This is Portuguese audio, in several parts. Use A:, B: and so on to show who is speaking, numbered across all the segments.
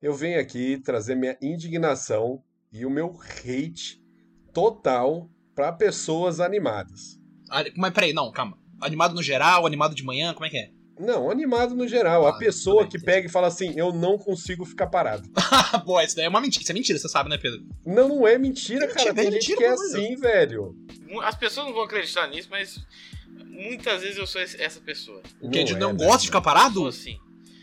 A: Eu venho aqui trazer minha indignação e o meu hate total pra pessoas animadas.
B: Ah, Mas peraí, não, calma. Animado no geral, animado de manhã, como é que é?
A: Não, animado no geral.
B: Ah,
A: a pessoa
B: tudo bem,
A: que
B: entendi.
A: pega e fala assim, eu não consigo ficar parado.
B: Ah, boa, isso daí é uma mentira. Isso é mentira, você sabe, né, Pedro?
A: Não, não é mentira,
B: Mentira,
A: cara. Tem
B: é
A: gente
B: mentira,
A: que é
B: pelo amor de
A: assim, velho.
C: Mu- As pessoas não vão acreditar nisso, mas muitas vezes eu sou esse- essa pessoa.
B: O que? de
A: é,
B: não
A: né?
B: gosta de ficar parado?
C: Sou assim.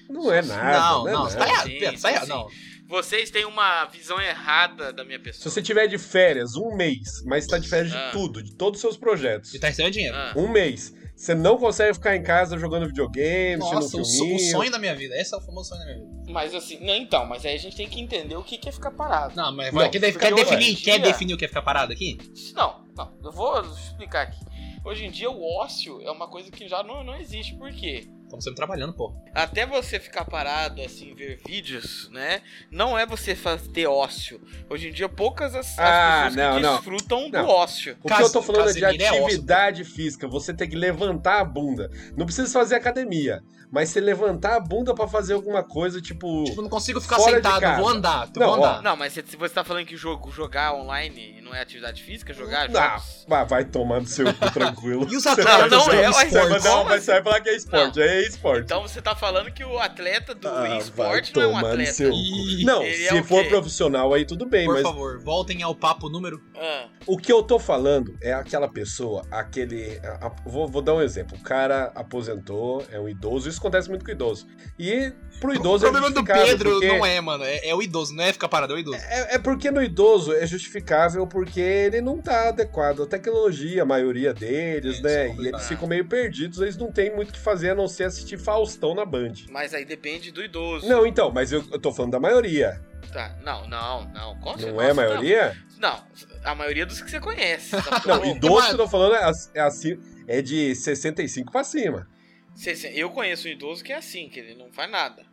A: Não é nada.
B: não,
A: é
B: não,
A: nada.
B: você tá errado,
C: Sim,
B: Pedro, você tá errado.
C: sim.
B: Não.
C: Vocês têm uma visão errada da minha
A: Se
C: pessoa.
A: você tiver de férias um mês, mas tá de férias
C: Ah.
A: de tudo, de todos os seus projetos,
B: Ele tá recebendo dinheiro.
C: Ah,
A: um mês, você não consegue ficar em casa jogando videogame,
B: Nossa, um
A: assistindo
B: o, so-
A: filminho.
B: o sonho da minha vida. Esse é o famoso sonho da minha
A: um
B: vida.
C: mas assim, não, então, mas aí a gente tem que entender o que que é ficar parado.
B: Não, mas
A: Não,
B: vai- quer, de-
C: porque
B: quer
C: hoje em
B: definir, quer
C: dia-
B: definir o que é ficar parado aqui?
C: Não, não, eu vou explicar aqui. Hoje em dia o ócio é uma coisa que já não, não existe, por quê?
B: Estamos sempre trabalhando, pô.
C: Até você ficar parado, assim, ver vídeos, né? Não é você faz- ter ócio. Hoje em dia, poucas as, as
A: Ah,
C: pessoas
A: não,
C: que
A: não.
C: desfrutam
A: Não.
C: do ócio.
A: O que
B: Cas-
A: eu tô falando é de
B: Casemiro é ósseo.
A: atividade física. Você tem que levantar a bunda. Não precisa fazer academia, mas você levantar a bunda pra fazer alguma coisa, tipo.
B: Tipo, não consigo ficar
A: Fora de
B: sentado, eu vou
A: casa.
B: andar, eu
A: Não,
B: vou
A: ó,
B: andar.
C: Não, mas se se você tá falando que jogo, jogar online não é atividade física, jogar
A: Ah,
C: jogos...
A: vai- vai tomar no seu cu tranquilo.
B: E os
A: Você
B: atletas
C: não, não
B: do
C: é, mas-
A: Você vai, um
B: esporte?
A: mandar,
C: Como
A: mas você vai falar que é esporte, é esporte.
C: Então você tá falando que o atleta do
A: Ah, vai
C: esporte não é um
A: tomar no
C: atleta.
A: seu cu.
B: Ih,
A: Não,
C: Ele é
A: se
C: o
A: for
C: quê?
A: profissional aí tudo bem,
B: Por
A: mas
B: favor, voltem ao papo número.
C: Ah,
A: O que eu tô falando é aquela pessoa, aquele. a- a- vou, vou dar um exemplo. O cara aposentou, é um idoso, isso acontece muito com idoso. E pro
B: O
A: idoso é
B: problema do
A: justificável.
B: Pedro
A: porque
B: não é, mano. É, é o idoso, não é ficar parado, é o idoso.
A: é, é porque no idoso é justificável porque ele não tá adequado à tecnologia, a maioria deles,
B: É,
A: né?
B: isso é
A: E eles
B: complicado.
A: ficam meio perdidos, eles não têm muito o que fazer a não ser assistir Faustão na Band.
C: mas aí depende do idoso.
A: Não, então, mas eu, eu tô falando da maioria.
C: Tá, não, não, não. Com
A: Não
C: certeza,
A: é a maioria?
C: Não, a maioria dos que você conhece. Tá
A: Não,
C: bom?
A: idoso
B: mas-
A: que eu tô falando é, ac- é, assim- é de 65 pra cima.
C: Cê- cê- Eu conheço um idoso que é assim, que ele não faz nada,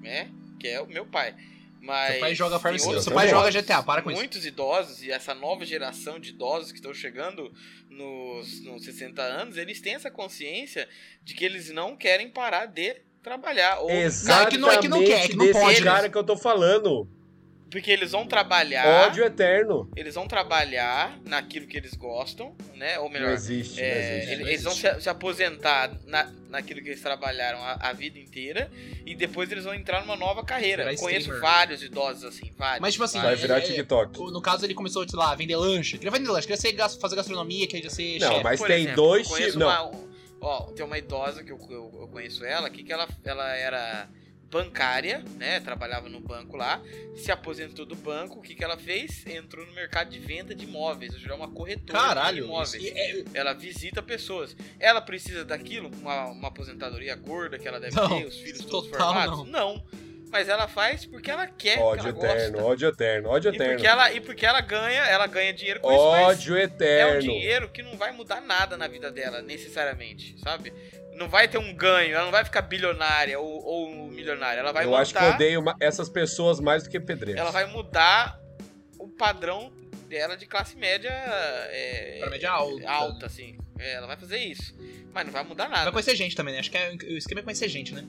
C: né? Que é o meu pai. Mas
B: Seu pai joga
C: tem
B: Farmville,
C: outros
A: seu pai
C: idosos,
B: joga GTA, para com isso.
C: Muitos idosos e essa nova geração de idosos que estão chegando nos, nos 60 anos, eles têm essa consciência de que eles não querem parar de trabalhar. Ou
A: Exatamente.
B: é que não- é que não quer, é que não
A: desse
B: pode, né?
A: cara que eu tô falando.
C: porque eles vão trabalhar.
B: Tá.
A: Ódio eterno.
C: Eles vão trabalhar naquilo que eles gostam, né? Ou
A: Não
C: melhor,
A: existe,
C: É,
A: não existe.
C: ele-
B: não
C: eles vão
B: existe.
C: se, se aposentar na, naquilo que eles trabalharam a, a vida inteira e depois eles vão entrar numa nova carreira.
B: Virar
C: Eu Conheço
B: streamer.
C: vários idosos assim, vários.
B: Mas, tipo assim,
A: Vai
C: vários.
A: virar
B: é-
A: TikTok.
B: No caso, ele começou, sei lá, a vender lanche. Queria vender lanche, queria ser gas- fazer gastronomia, queria ser
A: Não,
B: chefe.
A: mas
C: Por
A: tem
C: exemplo,
A: dois
C: eu conheço
A: ti- Não,
C: uma- um, ó, tem uma idosa que eu, eu- eu conheço ela, que, que ela, ela era bancária, né? Trabalhava no banco lá, se aposentou do banco, o que, que ela fez? Entrou no mercado de venda de imóveis, hoje ela é uma corretora de
B: Caralho, isso,
C: imóveis.
B: e- é-
C: Ela visita pessoas. Ela precisa daquilo? Uma, uma aposentadoria gorda que ela deve
B: Não,
C: ter, os filhos todos
B: total
C: formados? Não. Mas ela faz porque ela quer,
A: ódio
C: porque ela
A: eterno,
C: gosta.
A: ódio eterno, ódio
C: E porque,
A: eterno.
C: ela, e porque ela ganha, ela ganha dinheiro com isso,
A: Ódio
C: mas é um
A: eterno.
C: dinheiro que não vai mudar nada na vida dela, necessariamente, sabe? Não vai ter um ganho, ela não vai ficar bilionária ou, ou milionária. Ela vai
A: Eu
C: mudar.
A: acho que eu odeio uma- essas pessoas mais do que pedreiros.
C: Ela vai mudar o padrão dela de classe média. É,
B: Pra média alta.
C: alta, assim. É, ela vai fazer isso. Mas não vai mudar nada.
B: Vai conhecer gente também, né? Acho que é, o esquema é conhecer gente, né?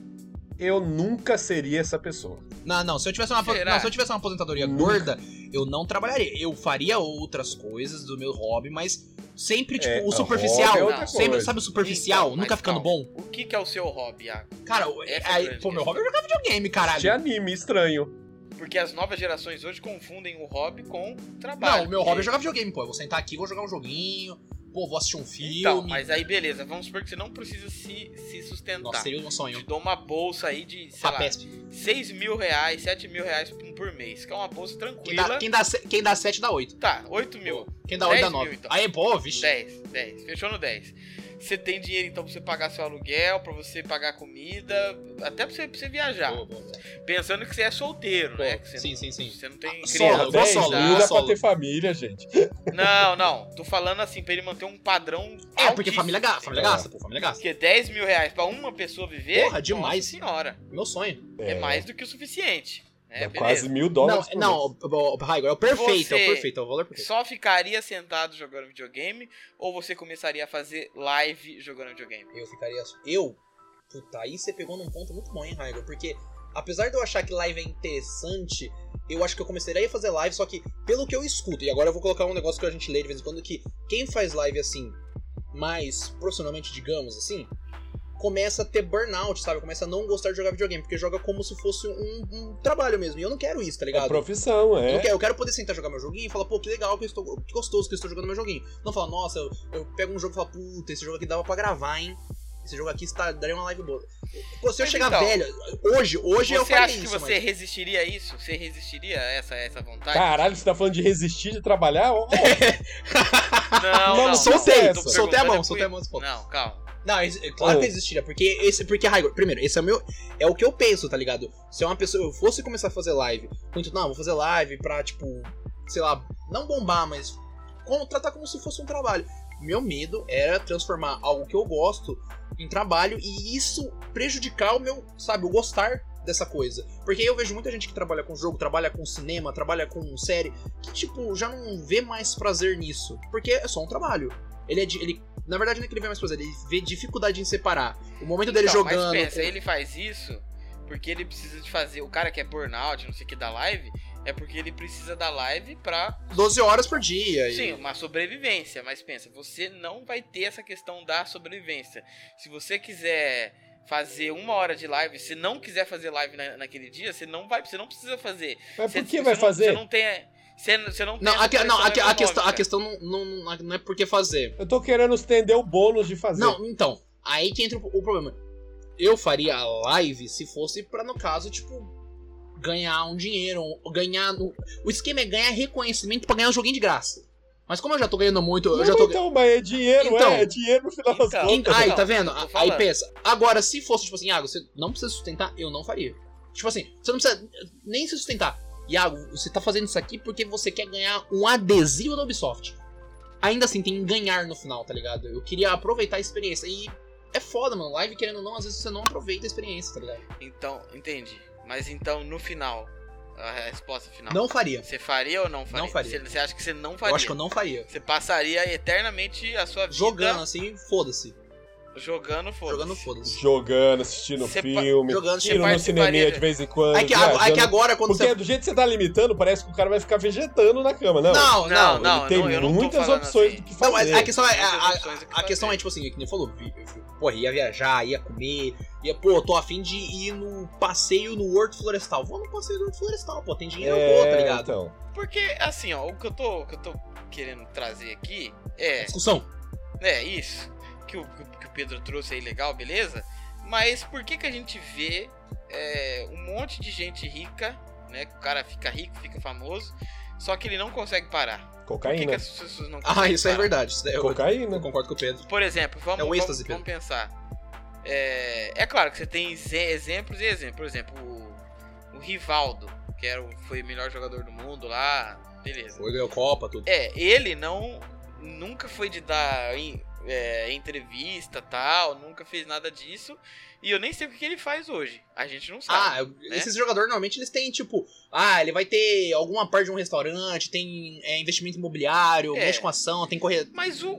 A: Eu nunca seria essa pessoa.
B: Não, não, se eu tivesse uma, apo-
C: Será?
B: não, se eu tivesse uma aposentadoria
A: Nunca.
B: gorda, eu não trabalharia. Eu faria outras coisas do meu hobby, mas sempre, tipo,
A: É,
B: o
A: a
B: superficial.
A: hobby é
C: outra
B: sempre,
A: coisa.
B: sabe o superficial?
C: Então, mas
B: nunca ficando
C: calma.
B: bom?
C: O que, que é o seu hobby, Iago?
B: Cara,
C: Essa é a
B: aí,
C: grande
B: pô, meu
C: questão.
B: hobby é jogar videogame, caralho.
A: De anime estranho.
C: Porque as novas gerações hoje confundem o hobby com o trabalho.
B: Não, o meu hobby é
C: Porque-
B: jogar videogame, pô. Eu vou sentar aqui, vou jogar um joguinho, pô, vou assistir um filme.
C: Então, mas aí beleza, vamos supor que você não precisa se, se sustentar.
B: Nossa, Tá seria um
C: Te
B: sonho.
C: dou uma bolsa aí de, sei
B: A
C: lá,
B: PESP.
C: 6 mil reais, 7 mil reais por mês. Que é uma
B: Quem
C: bolsa
B: dá,
C: tranquila.
B: quem, dá, se- quem dá 7 dá 8.
C: Tá, 8 mil.
B: Quem dá 8 dá
C: 10 mil,
B: 9.
C: então.
B: Aí, pô, vixe.
C: 10, 10. Fechou no 10. Você tem dinheiro então pra você pagar seu aluguel, pra você pagar comida, até pra você, pra você viajar.
B: Pô, pô, pô.
C: Pensando que você é solteiro,
B: Pô,
C: né? Que você
B: sim,
C: não,
B: sim, sim.
C: Você não tem
B: Ah,
C: criança. né,
B: solo, eu vou solo, eu
A: Não
B: vou
A: dá pra
B: solo.
A: ter família, gente.
C: Não, não. Tô falando assim, pra ele manter um padrão.
B: É, porque
C: altíssimo,
B: família gasta, família
A: Então,
B: gasta, pô, família gasta.
C: Porque 10 mil reais pra uma pessoa viver.
B: Porra, demais.
C: Nossa senhora.
B: Meu sonho.
C: É. mais do que o suficiente. É,
A: Dá
C: beleza.
A: quase mil
B: Não,
A: dólares. por
B: não,
A: mês.
B: o- o- o Raigo, é o perfeito, é
C: Você-
B: o perfeito, é o valor perfeito.
C: Só ficaria sentado jogando videogame ou você começaria a fazer live jogando videogame?
B: Eu ficaria. Eu? Puta, aí você pegou num ponto muito bom, hein, Raigo? Porque Apesar de eu achar que live é interessante, eu acho que eu começaria a fazer live, só que pelo que eu escuto, e agora eu vou colocar um negócio que a gente lê de vez em quando, que quem faz live assim, mais profissionalmente, digamos assim, começa a ter burnout, sabe? Começa a não gostar de jogar videogame, porque joga como se fosse um, um trabalho mesmo. E eu não quero isso, tá ligado?
A: É profissão, é.
B: Eu, quero, eu quero poder sentar e jogar meu joguinho e falar, pô, que legal que eu estou. Que gostoso que eu estou jogando meu joguinho. Não falar, nossa, eu, eu pego um jogo e falo, puta, esse jogo aqui dava pra gravar, hein? Esse jogo aqui está, daria uma live boa. Pô, se eu
C: Mas
B: chegar
C: então,
B: velho, hoje, hoje eu
C: você
B: faria
C: acha que
B: isso,
C: você
B: mas-
C: resistiria a isso? Você resistiria a essa, essa vontade?
A: Caralho, você tá falando de resistir, de trabalhar? Ó,
C: Não,
A: Não,
C: não,
A: soltei,
C: tô
A: soltei
B: a
C: perguntando
B: mão,
C: é
B: soltei a
C: por-
B: mão desse ponto.
C: Não, calma.
B: Não, ex- é claro
C: Oh.
B: que
A: Ah.
B: existiria, porque esse, porque Raigor, primeiro, esse é o meu, é o que eu penso, tá ligado? Se é uma pessoa, eu fosse começar a fazer live, muito, não, vou fazer live pra, tipo, sei lá, não bombar, mas como, tratar como se fosse um trabalho. Meu medo era transformar algo que eu gosto em um trabalho e isso prejudicar o meu, sabe, o gostar dessa coisa. Porque eu vejo muita gente que trabalha com jogo, trabalha com cinema, trabalha com série, que, tipo, já não vê mais prazer nisso, porque é só um trabalho. Ele é de, ele na verdade, não é que ele vê mais prazer, ele vê dificuldade em separar. O momento dele
C: Então,
B: jogando.
C: Mas pensa,
B: com-
C: ele faz isso porque ele precisa de fazer. O cara que é burnout, não sei o que, da live, é porque ele precisa da live pra
B: 12 horas por dia. e-
C: Sim, uma sobrevivência, mas pensa, você não vai ter essa questão da sobrevivência. Se você quiser fazer uma hora de live, se não quiser fazer live na- naquele dia, você não vai, você não precisa fazer.
A: mas
C: Você-
A: por que
C: você
A: vai
C: não-
A: fazer?
C: Você não tem, você, não- você não tem
B: Não,
C: essa
B: a, que- não, a, que- a
C: pressão
B: questão, a
C: econômica.
B: questão não, não, não é por que fazer.
A: Eu tô querendo estender o bônus de fazer.
B: Não, então, aí que entra o, o problema. Eu faria a live se fosse pra, no caso, tipo, ganhar um dinheiro. um- Ganhar. no- O esquema é ganhar reconhecimento pra ganhar um joguinho de graça. Mas como eu já tô ganhando muito, eu
A: Não,
B: já tô.
A: então, mas é dinheiro,
B: Então.
A: é, é dinheiro no final das
C: Então.
A: contas.
B: Em- Aí,
C: Não,
B: tá vendo?
C: eu tô
B: Aí
C: falando.
B: pensa. Agora, se fosse, tipo assim, Iago, você não precisa sustentar, eu não faria. Tipo assim, você não precisa nem se sustentar. Iago, você tá fazendo isso aqui porque você quer ganhar um adesivo da Ubisoft. Ainda assim, tem ganhar no final, tá ligado? Eu queria aproveitar a experiência. E é foda, mano. Live, querendo ou não, às vezes você não aproveita a experiência, tá ligado?
C: Então, entendi. Mas então, no final, a resposta final.
B: Não faria.
C: Você faria ou não faria?
B: Não faria.
C: Você, você acha que você não faria?
B: Eu acho que eu não faria.
C: Você passaria eternamente a sua vida
B: Jogando assim, foda-se.
C: jogando foda.
B: Jogando foda-se.
A: Jogando, assistindo
C: Você pa-
A: filme,
B: Jogando, você
A: indo no
C: participaria-
A: cineminha de vez em quando.
B: Aí É que,
C: É,
B: ag- aí que
A: viajando.
B: agora, quando
A: Porque
B: você.
A: do jeito que você tá limitando, parece que o cara vai ficar vegetando na cama. Não,
B: Não, não,
C: Não,
A: ele
C: não. eu
A: tem
C: eu não tô
A: muitas
C: falando
A: opções
C: assim.
A: do que
B: Não,
A: fazer.
B: mas a questão é. a- a-
C: opções do que
B: A
C: fazer.
B: questão é, tipo assim, que nem falou, vi- vi- porra, ia viajar, ia comer, ia, pô, tô afim de ir no passeio no Horto Florestal. Vou no passeio no Horto Florestal, pô, tem dinheiro, eu vou, tá
A: É,
B: ligado?
A: então.
C: Porque, assim, ó, o que eu tô, o que eu tô querendo trazer aqui é,
B: Discussão.
C: é isso que o, que o Pedro trouxe aí, legal, beleza? Mas por que que a gente vê é, um monte de gente rica, né? que O cara fica rico, fica famoso, só que ele não consegue parar. Por que, que
A: Cocaína.
C: as pessoas não
B: Ah, isso é
C: parar?
B: verdade. Isso daí eu, eu
A: Cocaína.
B: concordo com o Pedro.
C: Por exemplo, vamos,
B: É o
C: vamos-
B: êxtase, Pedro.
C: vamos pensar. É, é claro que você tem exe- exemplos e exemplos. Por exemplo, o, o Rivaldo, que era, o- foi o melhor jogador do mundo lá, beleza.
B: Foi ganhou Copa, tudo.
C: É, ele não. Nunca foi de dar em- é, entrevista tal, nunca fez nada disso. E eu nem sei o que que ele faz hoje. A gente não sabe.
B: Ah, esses jogadores normalmente eles têm, tipo, ah, ele vai ter alguma parte de um restaurante, tem é, investimento imobiliário,
C: É.
B: mexe com ação, tem correr.
C: Mas o,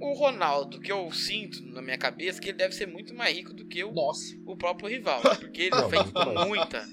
C: o Ronaldo, que eu sinto na minha cabeça, que ele deve ser muito mais rico do que o,
B: Nossa.
C: o próprio rival. né? Porque ele
A: Não,
C: fez
A: muito mais.
C: muita.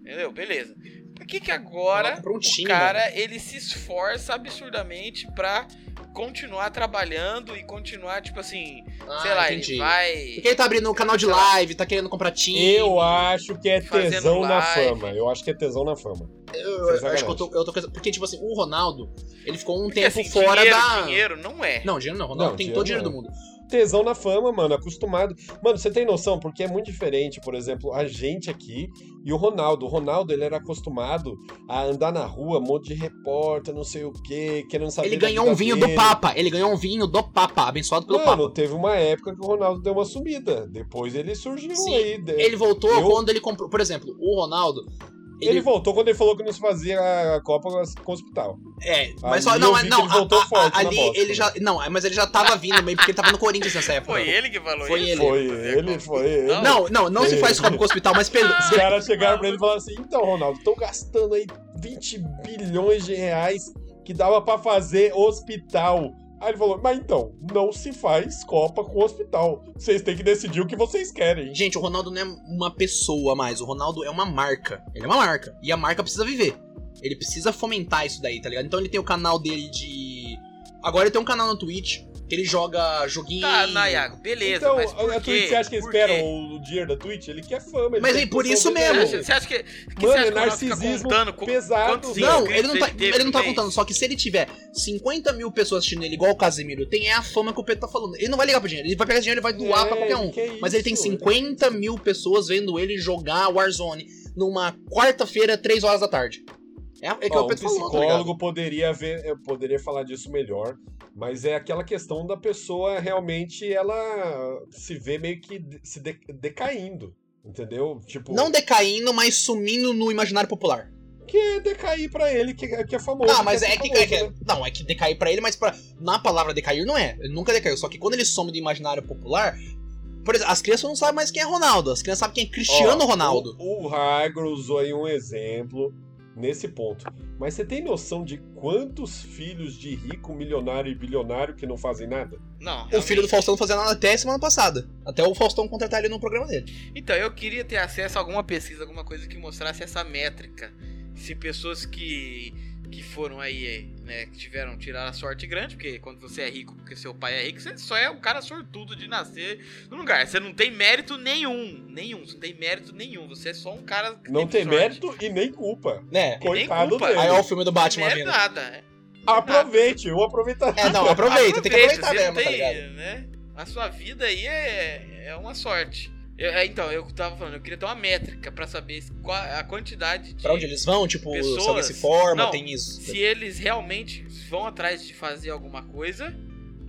C: Entendeu? Beleza. Por que, que agora
B: Ronaldo pra um
C: o
B: time,
C: cara ele se esforça absurdamente pra continuar trabalhando e continuar, tipo assim,
B: Ah,
C: sei lá,
B: entendi.
C: ele vai.
B: Porque ele tá abrindo um canal de
C: Sei lá.
B: live, tá querendo comprar time.
A: Eu acho que é
C: Fazendo
A: tesão na
C: live.
A: fama. Eu acho que é tesão na fama.
B: Eu, eu acho que eu tô, eu tô pensando- Porque, tipo assim, o Ronaldo, ele ficou um
C: Porque,
B: tempo
C: assim,
B: fora
C: dinheiro,
B: da.
C: dinheiro não é.
B: Não, dinheiro não. Ronaldo
A: Não,
B: tem
A: dinheiro
B: todo o dinheiro
A: não.
B: do mundo.
A: tesão na fama, mano, acostumado. Mano, você tem noção? Porque é muito diferente, por exemplo, a gente aqui e o Ronaldo. O Ronaldo, ele era acostumado a andar na rua, um monte de repórter, não sei o quê, querendo saber.
B: Ele
A: da
B: ganhou
A: vida
B: um vinho
A: dele.
B: do Papa. Ele ganhou um vinho do Papa, abençoado pelo
A: Mano,
B: Papa.
A: teve uma época que o Ronaldo deu uma sumida. Depois ele surgiu
B: Sim,
A: aí. né? de-
B: Ele voltou
A: eu-
B: quando ele comprou. Por exemplo, o Ronaldo.
A: ele
B: Ele,
A: voltou quando ele falou que não se fazia a Copa com o hospital.
B: é, mas
A: Ali
B: só.
A: eu
B: Não,
A: vi
B: não,
A: que ele voltou
B: a- a-
A: forte na
B: ali
A: bosta,
B: ele
A: né?
B: já. Não, mas ele já tava vindo meio, porque ele tava no Corinthians nessa época.
C: Foi ele que falou
B: Foi
C: isso?
B: ele.
A: Foi
C: Fazer
A: ele,
C: a
A: foi ele.
C: Não,
B: Não, não, não se
A: Foi
B: faz
A: ele.
B: Copa com o hospital, mas Pedro.
A: Os
B: você-
A: caras chegaram pra ele e falaram assim: então, Ronaldo, estão gastando aí 20 bilhões de reais que dava pra fazer hospital. Aí ele falou, mas então, não se faz Copa com o hospital. Vocês têm que decidir o que vocês querem.
B: Gente, o Ronaldo não é uma pessoa mais, o Ronaldo é uma marca. Ele é uma marca. E a marca precisa viver. Ele precisa fomentar isso daí, tá ligado? Então ele tem o canal dele de. Agora ele tem um canal na Twitch que ele joga joguinho.
C: Tá, Nayago, beleza.
A: então,
C: mas por
A: a, a
C: quê?
A: Twitch, você acha que eles
C: Por quê?
A: esperam o dinheiro da Twitch? Ele quer fama. Ele
B: Mas,
A: quer
B: hein, por isso
A: exposição
C: Você
A: dele.
B: mesmo.
C: acha, você acha que, que
A: Mano, é
C: você acha que o Ronaldo fica
A: narcisismo
C: contando com-
A: pesado.
C: quantos
A: Sim,
B: não,
C: inscritos
B: ele não, tá,
C: teve
B: ele não tá
C: por mês?
B: contando. Só que se ele tiver 50 mil pessoas assistindo ele, igual o Casemiro tem, é a fama que o Pedro tá falando. Ele não vai ligar pro dinheiro, ele vai pegar esse dinheiro e vai doar
A: É,
B: pra qualquer um.
A: que
B: Mas ele tem
A: isso? é.
B: 50 mil pessoas vendo ele jogar Warzone numa quarta-feira, 3 horas da tarde. É, é que
A: Ó,
B: o
A: um
B: Pedro falou, tá ligado?
A: psicólogo poderia ver, eu poderia falar disso melhor, mas é aquela questão da pessoa realmente ela se vê meio que de- se de- decaindo, entendeu? Tipo,
B: Não decaindo, mas sumindo no imaginário popular.
A: que é decair pra ele que, que é famoso.
B: Ah, mas é
A: ser
B: que,
A: famoso,
B: é que-
A: né?
B: Não, é que decair pra ele, mas pra, na palavra decair não é. Ele nunca decaiu. Só que quando ele some do imaginário popular. Por exemplo, as crianças não sabem mais quem é Ronaldo. As crianças sabem quem é Cristiano
A: Ó,
B: Ronaldo.
A: O, o Hagro usou aí um exemplo nesse ponto. Mas você tem noção de quantos filhos de rico, milionário e bilionário que não fazem nada?
C: Não,
B: O filho do Faustão não fazia nada até semana passada. Até o Faustão contratar ele no programa dele.
C: Então, eu queria ter acesso a alguma pesquisa, alguma coisa que mostrasse essa métrica. Se pessoas que, que foram aí, né, que tiveram, tiraram a sorte grande, porque quando você é rico, porque seu pai é rico, você só é um cara sortudo de nascer no lugar. Você não tem mérito nenhum, nenhum, você não tem mérito nenhum. Você é só um cara que
A: Não tem
C: sorte.
A: mérito e nem culpa.
B: Né?
C: E nem
A: Coitado
C: culpa.
A: dele.
B: Aí ó o filme do
C: Não tem
B: Batman
C: mérito
B: vindo.
C: nada.
A: Aproveite, eu aproveitar.
B: É, não, aproveita, tem que aproveitar
C: você
B: mesmo,
C: Ah,
B: tá
C: não tem,
B: ligado?
C: né? A sua vida aí é, é uma sorte. Eu- é, então, eu tava falando, eu queria ter uma métrica pra saber se- qual- a quantidade de.
B: Pra onde eles vão, tipo, se alguém
C: Pessoas-
B: se forma,
C: não,
B: tem isso.
C: Se eles realmente vão atrás de fazer alguma coisa,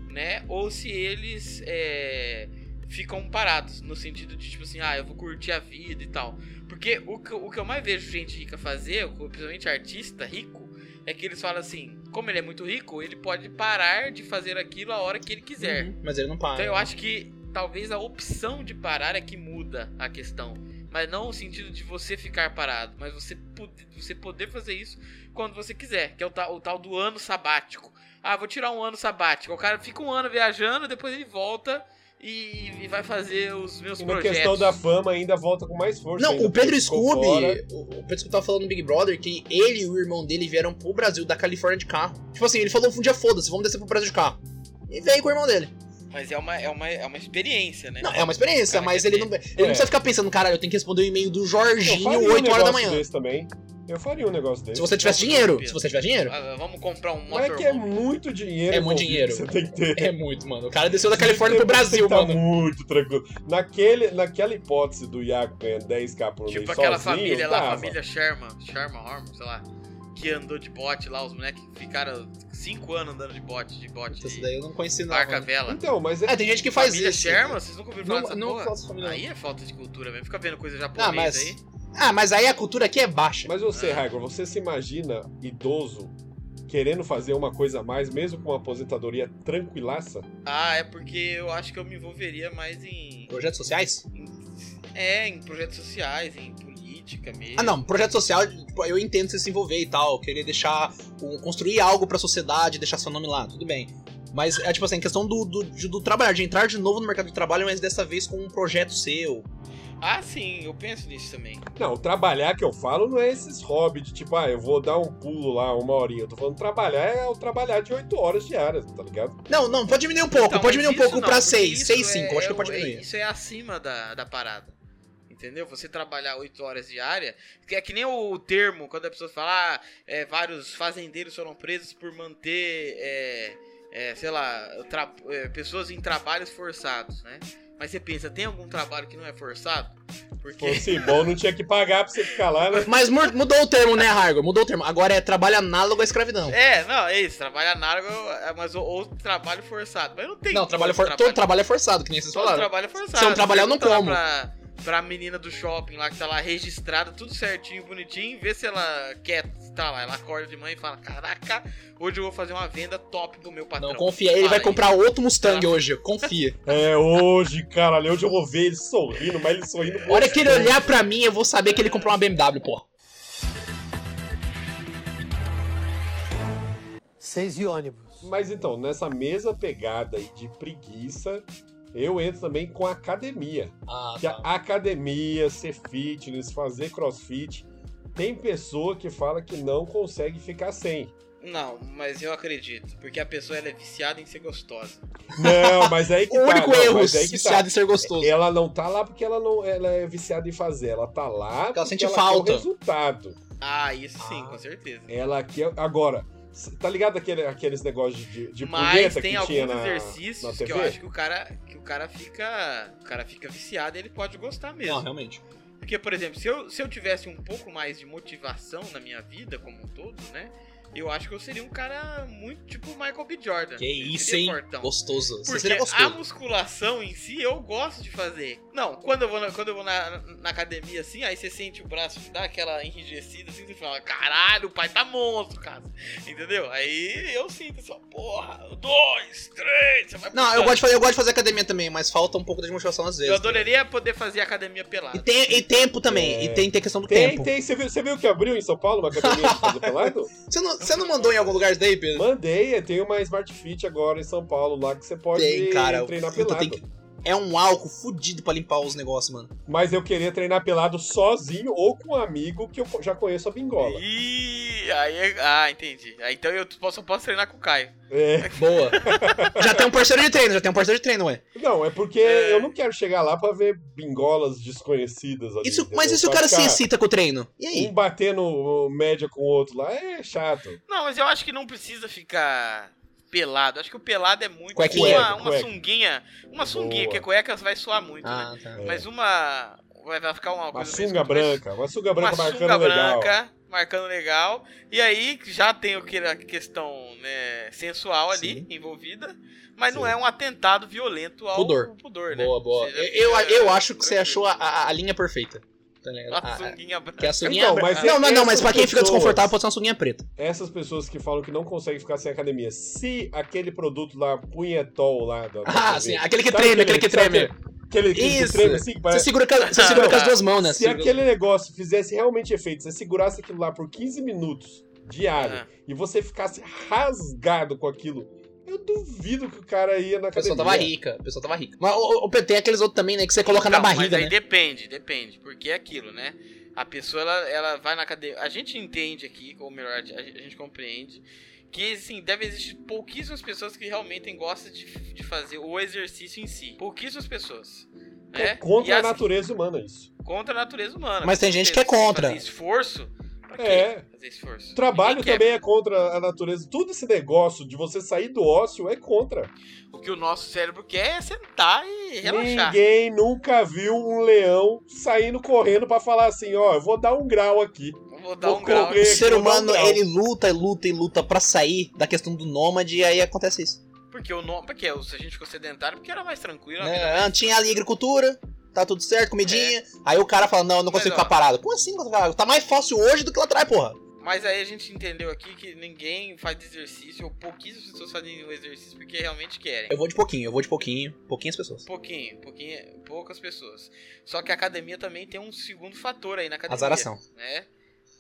C: né? Ou se eles é, ficam parados, no sentido de tipo assim, ah, eu vou curtir a vida e tal. Porque o que, eu- o que eu mais vejo gente rica fazer, principalmente artista rico, é que eles falam assim, como ele é muito rico, ele pode parar de fazer aquilo a hora que ele quiser.
B: Uhum, mas ele não para.
C: Então eu acho que talvez a opção de parar é que muda a questão. Mas não o sentido de você ficar parado, mas você, pod- você poder fazer isso quando você quiser, que é o tal, o tal do ano sabático. Ah, vou tirar um ano sabático. O cara fica um ano viajando, depois ele volta e, e vai fazer os meus
A: E na
C: projetos.
A: questão da fama ainda volta com mais força.
B: Não,
A: ainda,
B: o Pedro
A: porque ficou fora.
B: Scooby, o o Pedro Scooby tava falando no Big Brother que ele e o irmão dele vieram pro Brasil da Califórnia de carro. Tipo assim, ele falou um dia foda-se, vamos descer pro Brasil de carro. E veio com o irmão dele.
C: Mas é uma, é, uma, é uma experiência, né?
B: Não, é uma experiência,
C: Cara,
B: mas
C: quer
B: ele não,
C: dizer-
B: ele não precisa ficar pensando, caralho, eu tenho que responder o e-mail do Jorginho 8 horas da manhã.
A: um Desse também. Eu faria um negócio desse.
B: Se você tivesse
C: Não,
B: dinheiro,
C: não,
B: se você tiver dinheiro.
C: Ah, Vamos comprar um
A: Não é
C: motorhome.
A: que é muito dinheiro.
B: É muito
A: envolvido
B: dinheiro.
A: que Você tem que ter.
B: É muito, mano. O cara desceu da Califórnia pro Brasil,
A: tá
B: mano.
A: muito tranquilo. Naquele, naquela hipótese do Iago ganhar 10k por mês
C: Tipo aquela
A: sozinho,
C: família lá,
A: dava.
C: família Sherman, Sherman Horman, sei lá, que andou de bote lá, os moleques ficaram 5 anos andando de bote, de bote,
B: Isso
C: de
B: daí eu não conheci, não.
C: barca
B: mano.
C: vela.
A: Então, mas é...
B: É, tem gente que faz
C: família
B: isso.
C: Sherman, vocês nunca ouviram falar
B: Não,
C: dessa
B: não
C: porra?
B: faço família.
C: Aí é falta de cultura mesmo, fica vendo coisa
B: Ah,
C: japonesa
B: mas.
C: aí.
B: Ah, mas aí a cultura aqui é baixa.
A: Mas você,
C: Ah.
A: Hagor, você se imagina idoso querendo fazer uma coisa a mais, mesmo com uma aposentadoria tranquilaça?
C: Ah, é porque eu acho que eu me envolveria mais em...
B: Projetos sociais?
C: em- é, em projetos sociais, em política mesmo.
B: Ah, não, projeto social, tipo, eu entendo você se envolver e tal, querer deixar, um- construir algo pra sociedade, deixar seu nome lá, tudo bem. Mas é tipo assim, questão do, do, de- do trabalhar, de entrar de novo no mercado de trabalho, mas dessa vez com um projeto seu.
C: Ah, sim, eu penso nisso também.
A: Não, trabalhar que eu falo não é esses hobbies de tipo, ah, eu vou dar um pulo lá uma horinha. Eu tô falando trabalhar é o trabalhar de 8 horas diárias, tá ligado?
B: Não, não, pode diminuir um pouco,
C: Então,
B: pode
C: mas
B: diminuir um
C: isso
B: pouco
C: não,
B: pra
C: porque
B: 6,
C: isso
B: 6, 5,
C: é-
B: acho que pode
C: é-
B: diminuir.
C: Isso é acima da, da parada. Entendeu? Você trabalhar 8 horas diária, que é que nem o termo, quando a pessoa fala, ah, é, vários fazendeiros foram presos por manter, é, é, sei lá, tra- é, pessoas em trabalhos forçados, né? Mas você pensa, tem algum trabalho que não é forçado?
A: Se
C: Porque
A: fosse bom, não tinha que pagar pra você ficar lá, né?
B: Mas mur- mudou o termo, né, Hargo? Mudou o termo. Agora é trabalho análogo à escravidão.
C: É, não, é isso, trabalho análogo, é, mas ou, ou trabalho forçado. Mas não tem.
B: não, trabalho for...
C: forçado.
B: todo trabalho é forçado, que nem vocês
C: Todo
B: falaram.
C: trabalho é forçado.
B: Se eu não trabalhar, eu não
C: Pergunta lá
B: como.
C: Pra, pra menina do shopping lá que tá lá registrada, tudo certinho, bonitinho, vê se ela quer. Tá lá, ela acorda de manhã e fala: Caraca, hoje eu vou fazer uma venda top pro meu patrão.
B: Não, confia, ele
C: Fala
B: vai
C: aí.
B: comprar outro
C: Tá.
B: Mustang hoje, confia.
A: É hoje, caralho, hoje eu vou ver ele sorrindo, mas ele sorrindo.
B: A hora que ele olhar pra mim, eu vou saber que ele comprou uma BMW, porra.
D: Seis de ônibus.
A: Mas então, nessa mesma pegada aí de preguiça, eu entro também com a academia.
B: Ah,
A: Que a
B: tá.
A: academia, ser fitness, fazer crossfit, tem pessoa que fala que não consegue ficar sem.
C: Não, mas eu acredito, porque a pessoa ela é viciada em ser gostosa.
A: Não, mas aí que
B: O
A: tá.
B: único
A: não,
B: erro,
A: mas aí que tá.
B: viciado em ser gostoso.
A: Ela não tá lá porque ela não ela é viciada em fazer. Ela tá lá porque
B: sente
A: quer o
B: falta.
A: resultado.
C: Ah, isso sim,
B: Ah.
C: com certeza.
A: Ela quer. Agora, c- tá ligado aquele, aqueles negócios de, de
C: mas
A: punheta
C: tem
A: que
C: alguns
A: tinha na, na
C: exercícios
A: TV?
C: que eu acho que o cara, que o cara fica, o cara fica viciado, e ele pode gostar mesmo.
B: Não, realmente.
C: Porque, por exemplo, se eu, se eu tivesse um pouco mais de motivação na minha vida como um todo, né? Eu acho que eu seria um cara muito tipo Michael B. Jordan.
B: Que
C: Eu
B: isso, hein?
C: seria fortão.
B: Gostoso. Você
C: Porque
B: seria
C: a
B: gostoso.
C: musculação em si eu gosto de fazer. Não, quando eu vou na, quando eu vou na, na academia assim, aí você sente o braço dar aquela enrijecida assim, você fala, caralho, o pai tá monstro, cara. Entendeu? Aí eu sinto só, porra, dois, três, você vai
B: Não, eu
C: puxando.
B: gosto, de fazer, eu gosto de fazer academia também, mas falta um pouco de motivação às
C: Eu
B: vezes.
C: adoraria poder fazer academia pelada.
B: E tem e tempo também.
A: É.
B: E tem, tem questão do
A: Tem,
B: tempo.
A: tem. Você viu, você viu que abriu em São Paulo uma academia de fazer pelado?
B: Você, não, você não mandou em algum lugar isso daí, Pedro?
A: Mandei, tem uma Smart Fit agora em São Paulo lá que você pode
B: Tem, cara.
A: treinar
B: Puta,
A: pelado.
B: tem que- É um álcool fudido pra limpar os negócios, mano.
A: Mas eu queria treinar pelado sozinho ou com um amigo que eu co- já conheço a bingola.
C: Ih, aí, é- ah, entendi. Ah, então eu posso, posso treinar com o Caio.
A: É.
B: Boa. já tem um parceiro de treino, já tem um parceiro de treino, ué.
A: Não, é porque
C: É.
A: eu não quero chegar lá pra ver bingolas desconhecidas ali.
B: Isso,
A: entendeu?
B: mas e se o
A: Pra
B: cara assim, se
A: ficar
B: excita com o treino? E aí?
A: Um batendo média com o outro lá é chato.
C: Não, mas eu acho que não precisa ficar pelado. Acho que o pelado é muito.
B: Cuequinha.
C: Uma, uma
A: Cueca.
C: sunguinha. Uma sunguinha,
A: Boa.
C: porque cueca vai suar muito, né?
B: Ah, tá.
A: É.
C: Mas uma. Vai vai ficar uma
A: Uma
C: coisa. meio
A: sunga
C: escura, mas-
A: branca, uma sunga branca
C: uma
A: marcando
C: sunga
A: legal.
C: branca, marcando legal. E aí já tem aquele- a questão né, sensual ali
B: Sim.
C: envolvida. Mas não
A: Sim.
C: é um atentado violento ao
B: Pudor.
C: pudor, né?
B: Boa, boa.
C: Você já
B: Eu, eu,
C: fica
B: eu acho que você
C: tranquilo.
B: achou a, a- a linha perfeita. Tá ligado?
C: Uma
B: A- a-
C: sunguinha branca.
B: Que é a sunguinha
A: Então,
B: branca.
A: mas
B: não, não, não, mas
A: essas
B: pra quem fica
A: pessoas-
B: desconfortável pode ser uma sunguinha preta.
A: Essas pessoas que falam que não conseguem ficar sem academia, se aquele produto lá, punhetol lá... da- da-
B: Ah, sim, aquele que
A: Sabe
B: treme, aquele que é-
A: sabe
B: treme.
A: Aquele, aquele que
B: Isso.
A: treme assim, que
B: Você
A: parece...
B: segura, com a- você segura com as duas mãos, né?
A: Se aquele negócio fizesse realmente efeito, você segurasse aquilo lá por 15 minutos diário
C: Ah.
A: e você ficasse rasgado com aquilo, eu duvido que o cara ia na
B: A pessoa
A: academia.
B: tava rica, a pessoa tava rica. Mas o, o PT é aqueles outros também, né? Que você coloca na
C: Não, mas
B: barriga,
C: aí
B: né?
C: depende, depende, porque é aquilo, né? A pessoa, ela, ela vai na academia. A gente entende aqui, ou melhor, a gente, a gente compreende, que, assim, deve existir pouquíssimas pessoas que realmente gostam de, de fazer o exercício em si. Pouquíssimas pessoas.
A: É
C: Né? E
A: contra a
C: as-
A: natureza humana isso.
C: Contra a natureza humana.
B: Mas
C: com
B: tem gente
C: certeza.
B: que é contra.
C: Fazer esforço. Pra quê?
A: É.
C: Fazer esforço.
A: O trabalho
C: Ninguém quer.
A: também é contra a natureza. Tudo esse negócio de você sair do ócio é contra.
C: O que o nosso cérebro quer é sentar e relaxar.
A: Ninguém nunca viu um leão saindo correndo pra falar assim, ó, eu vou dar um grau aqui.
C: Vou dar
A: Vou
C: um grau.
A: correr.
B: O ser
A: Não,
B: humano,
A: não.
B: ele luta e luta e luta pra sair da questão do nômade e aí acontece isso.
C: Porque o nome. Porque se a gente ficou sedentário, porque era mais tranquilo. a vida
B: Né? Antes Tinha ali agricultura, tá tudo certo, comidinha. Aí o cara fala, não, eu não consigo
C: Mas, ó.
B: ficar parado. Como assim? Tá mais fácil hoje do que lá atrás, porra.
C: Mas aí a gente entendeu aqui que ninguém faz exercício, ou pouquíssimas pessoas fazem o exercício porque realmente querem.
B: Eu vou de pouquinho, eu vou de pouquinho. Pouquinhas pessoas.
C: Pouquinho, pouquinho, poucas pessoas. Só que a academia também tem um segundo fator aí na academia.
B: Azaração.
C: Né?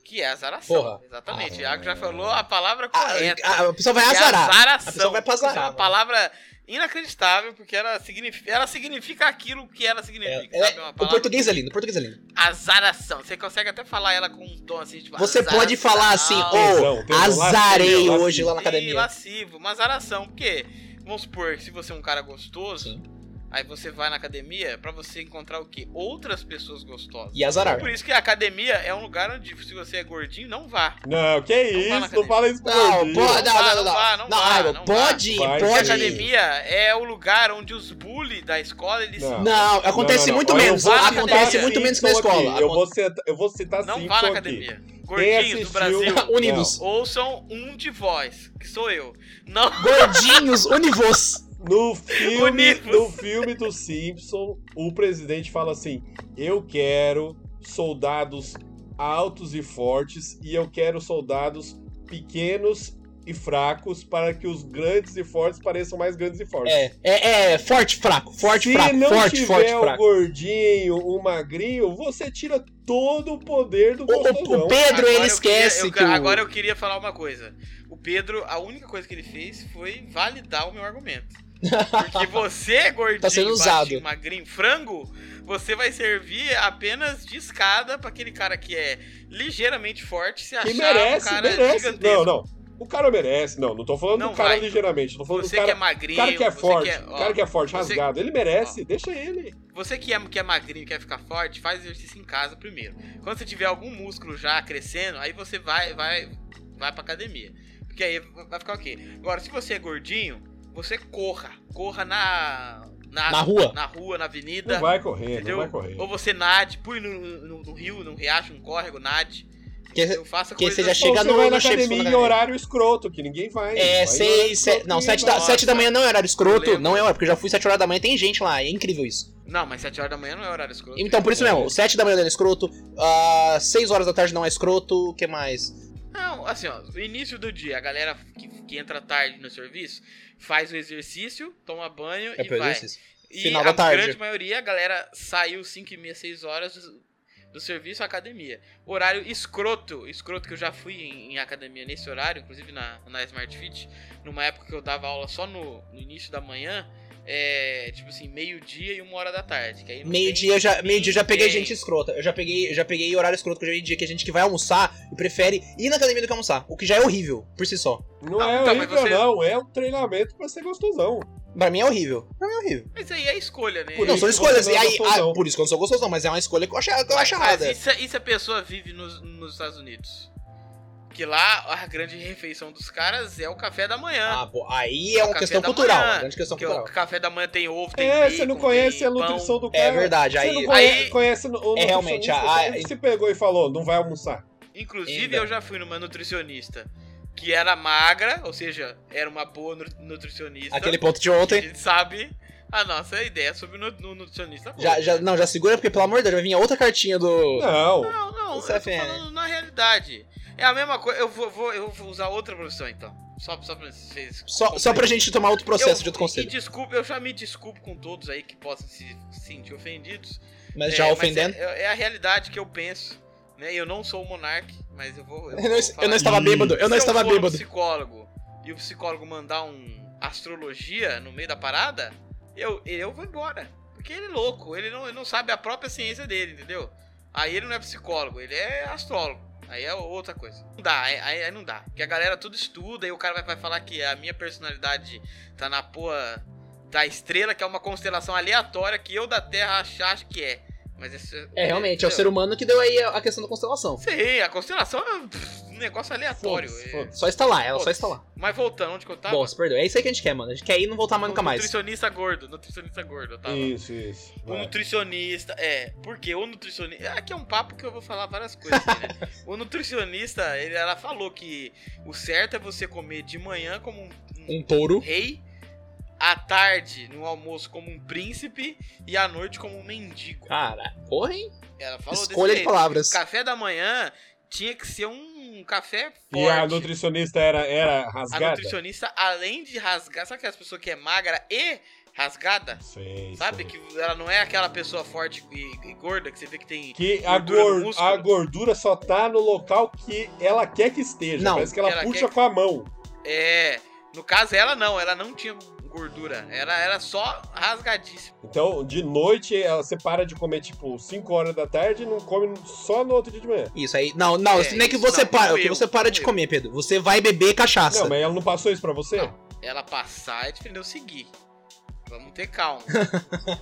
C: Que é azaração.
B: Porra.
C: Exatamente.
B: Ah,
C: O Iago já falou a palavra
B: Ah,
C: correta.
B: A, a pessoa vai
C: que é
B: azarar.
C: azaração.
B: A pessoa vai pra
C: Isso É
B: azarar.
C: uma palavra inacreditável, porque ela significa, ela significa aquilo que ela significa.
B: É- é-
C: sabe? É uma
B: O
C: palavra
B: português é lindo, o português é lindo.
C: azaração. Você consegue até falar ela com um tom assim, tipo,
B: Você pode falar assim,
C: azaração.
B: ô,
A: Tesão, tesão,
B: azarei
A: lascivo, lascivo.
B: hoje lá na
C: E
B: academia.
C: lascivo, mas aração, porque vamos supor que se você é um cara gostoso,
B: Sim.
C: aí você vai na academia pra você encontrar o quê? Outras pessoas gostosas.
B: E azarar.
C: Por isso que a academia é um lugar onde se você é gordinho, não vá.
A: Não, que
C: na
A: isso, não
C: academia.
A: fala isso pro
B: Não,
A: gordinho.
B: pode, não, não,
C: Não
B: não,
C: vá,
B: não.
C: não
B: Não,
C: vá,
B: Aigo,
C: não
B: pode,
A: vá. Vai
C: Porque a
A: Pode.
C: academia é o lugar onde os bully da escola eles
A: Não.
B: Não, acontece
A: Não, não, não.
B: muito
A: Olha, eu
B: menos.
A: vou
C: na
A: citar
B: Acontece
C: academia.
B: muito menos que na
A: Simpson
B: escola.
A: aqui. Eu vou citar, eu vou citar
C: não
A: Simpson
C: vá na
A: aqui.
C: academia. Gordinhos do
A: assistiu-
C: Brasil,
B: Univos.
C: ouçam um de voz, que sou eu. Não,
B: Gordinhos, univos.
A: No filme,
C: Univos.
A: no filme do Simpson, o presidente fala assim: Eu quero soldados altos e fortes e eu quero soldados pequenos e fracos para que os grandes e fortes pareçam mais grandes e fortes.
B: É, é, é forte, fraco, forte,
A: Se
B: fraco,
A: não
B: forte,
A: tiver
B: forte,
A: o
B: fraco.
A: gordinho, o magrinho, você tira todo o poder do
B: O, o-
A: Bolsonaro.
B: o Pedro, ele
C: Agora eu queria-
B: esquece
C: eu-
B: que o-
C: Agora eu queria falar uma coisa. O Pedro, a única coisa que ele fez foi validar o meu argumento. Porque você, gordinho,
B: Tá sendo usado.
C: baixinho, magrinho, frango, você vai servir apenas de escada pra aquele cara que é ligeiramente forte
B: é
C: se achar
A: Que merece,
C: um cara
A: merece.
C: gigantesco.
A: Não, não. O cara merece. Não, não tô falando
C: Não
A: do cara
C: vai.
A: ligeiramente. Tô falando
C: Você
A: do
C: que é
A: cara.
C: magrinho,
A: o cara que é
C: você
A: forte,
C: que é,
A: o cara que é forte,
C: você-
A: rasgado, ele merece, deixa ele.
C: Você que é, que é magrinho e quer ficar forte, faz exercício em casa primeiro. Quando você tiver algum músculo já crescendo, aí você vai vai vai pra academia. Porque aí vai ficar ok. Agora, se você é gordinho, você corra. Corra na.
B: Na rua.
C: Na rua, na avenida.
A: Não vai correr,
C: entendeu?
A: não vai correr.
C: Ou você nade, pule no, no- no rio, num riacho, num córrego, nade.
B: Que-
C: Entendeu? faça
B: que
C: coisas.
B: você já chega-
A: Ou você
B: no-
A: vai
B: no
A: na
B: shape,
A: academia
B: na
A: em
B: academia.
A: horário escroto, que ninguém vai.
B: É,
A: Vai em horário
B: seis, sete,
A: escroto,
B: não,
A: ninguém
B: sete da,
A: vai.
B: sete da manhã não é horário escroto,
C: lembro.
B: não é hora, porque eu já fui sete horas da manhã, tem gente lá, é incrível isso.
C: Não, mas 7 horas da manhã não é horário escuro.
B: Então, por isso mesmo, sete da manhã não é escroto, ah, seis horas da tarde não é escroto, o que mais?
C: Não, assim, ó, no início do dia, a galera que, que entra tarde no serviço faz o exercício, toma banho
B: É
C: e
B: pra
C: vai.
B: esses?
C: E
B: Final
C: a
B: da tarde.
C: grande maioria, a galera saiu 5 e meia, 6 horas do, do serviço à academia. Horário escroto, escroto que eu já fui em, em academia nesse horário, inclusive na, na Smart Fit, numa época que eu dava aula só no, no início da manhã, é, tipo assim, meio-dia e uma hora da tarde. que aí não tem
B: Meio-dia eu já, meio dia eu já peguei
C: ninguém.
B: gente escrota. Eu já peguei, eu já peguei horário escroto que eu já vi dia que a gente que vai almoçar e prefere ir na academia do que almoçar, o que já é horrível por si só.
A: Não
C: Ah,
A: é
C: então, mas
A: horrível,
C: você-
A: não. É um treinamento pra ser gostosão.
B: Pra mim é horrível. Pra mim é horrível.
C: Mas aí é escolha, né?
A: Por
B: não,
A: isso
B: são
A: que
B: escolhas.
A: você
B: E
A: não é
B: aí,
A: gostosão.
B: ah, por isso que eu não sou gostoso, não, mas é uma escolha que eu acho, que eu
C: Mas-
B: acho
C: mas
B: errada.
C: e se, e se a é pessoa vive nos, nos Estados Unidos? Que lá a grande refeição dos caras é o café da manhã.
B: Ah, pô, aí é uma
C: Café
B: questão
C: da
B: cultural.
C: manhã,
B: uma grande questão
C: Porque o
B: cultural.
C: café da manhã tem ovo, tem
A: É,
C: bacon,
A: você não conhece
C: tem
A: a nutrição
C: pão.
A: do cara.
B: É verdade,
A: Você
B: aí.
A: não
B: aí-
A: conhece,
C: aí-
A: conhece o- o
B: É, realmente,
A: nutricionista
B: a-
A: que se pegou e falou, não vai almoçar.
C: Inclusive,
B: Ainda.
C: eu já fui numa nutricionista que era magra, ou seja, era uma boa nu- nutricionista.
B: Aquele ponto de
C: A
B: ontem.
C: gente sabe a nossa ideia sobre o nu- nutricionista. boa.
B: Já, já, não, já segura, porque pelo amor de Deus, vai vir a outra cartinha do.
A: Não.
C: Não, não,
B: Isso
C: eu
B: é
C: tô
B: fé, né?
C: falando na realidade. É a mesma coisa, eu vou, vou- eu vou usar outra profissão então. Só, só pra vocês.
B: Só, só pra gente tomar outro processo de outro
C: E
B: conselho.
C: desculpa, eu já me desculpo com todos aí que possam se sentir ofendidos.
B: Mas
C: É,
B: já ofendendo.
C: É, é a realidade que eu penso. Né? Eu não sou o monarque, mas eu vou.
B: Eu não,
C: vou
B: eu
C: falar
B: não estava
A: Hum.
B: bêbado, eu não
C: Se
B: estava
C: for no
B: bêbado.
C: é um psicólogo e o psicólogo mandar um astrologia no meio da parada, eu, eu vou embora. Porque ele é louco, ele não, ele não sabe a própria ciência dele, entendeu? Aí ele não é psicólogo, ele é astrólogo. Aí é outra coisa. Não dá, aí, aí- aí não dá. Porque a galera tudo estuda e o cara vai, vai falar que a minha personalidade tá na porra da estrela, que é uma constelação aleatória que eu da Terra achar acho que é. Mas isso
B: É, realmente, é o ser humano que deu aí a a questão da constelação.
C: Sim, a constelação é um pff, um negócio aleatório.
A: Foda-se,
C: É. Tá,
A: foda-se.
B: Só está lá, ela só está lá.
C: Mas voltando, onde que eu tava? Um
B: Bom, se perdeu. É isso aí que a gente quer, mano. A gente quer ir e não voltar mais nunca mais.
C: Nutricionista gordo, nutricionista gordo, eu tava.
A: Isso, isso.
C: O
A: vai.
C: nutricionista, é, porque o nutricionista. Aqui é um papo que eu vou falar várias coisas, aqui, né? o nutricionista, ele, ela falou que o certo é você comer de manhã como um, um
B: Um touro.
C: rei, à tarde no almoço como um príncipe e à noite como um mendigo.
B: Cara, porra, hein?
C: Ela falou
B: Escolha de
C: desse jeito.
B: palavras.
C: Café da manhã tinha que ser um café forte.
A: E a nutricionista era, era
C: A
A: rasgada?
C: nutricionista, além de rasgar, sabe aquelas pessoas que é magra e rasgada?
A: Sei,
C: Sabe
A: sei.
C: que ela não é aquela pessoa forte e, e gorda que você vê que tem.
A: Que a,
C: gordura no
A: gor-
C: músculo?
A: a gordura só tá no local que ela quer que esteja.
B: Não,
A: Parece que ela,
C: ela
A: puxa
C: quer-
A: com a mão.
C: É. No caso, ela não, ela não tinha gordura. Ela era só rasgadíssima.
A: Então, de noite, ela, você para de comer, tipo, 5 horas da tarde e não come só no outro dia de manhã.
B: Isso aí. Não, não,
C: É,
B: isso não é que
C: isso
B: você
C: não,
B: para. o
C: eu,
B: que você para de
C: eu.
B: comer, Pedro. Você vai beber cachaça.
A: Não, mas ela não passou isso pra você?
C: Não. Ela passar é diferente de eu seguir. Vamos ter calma.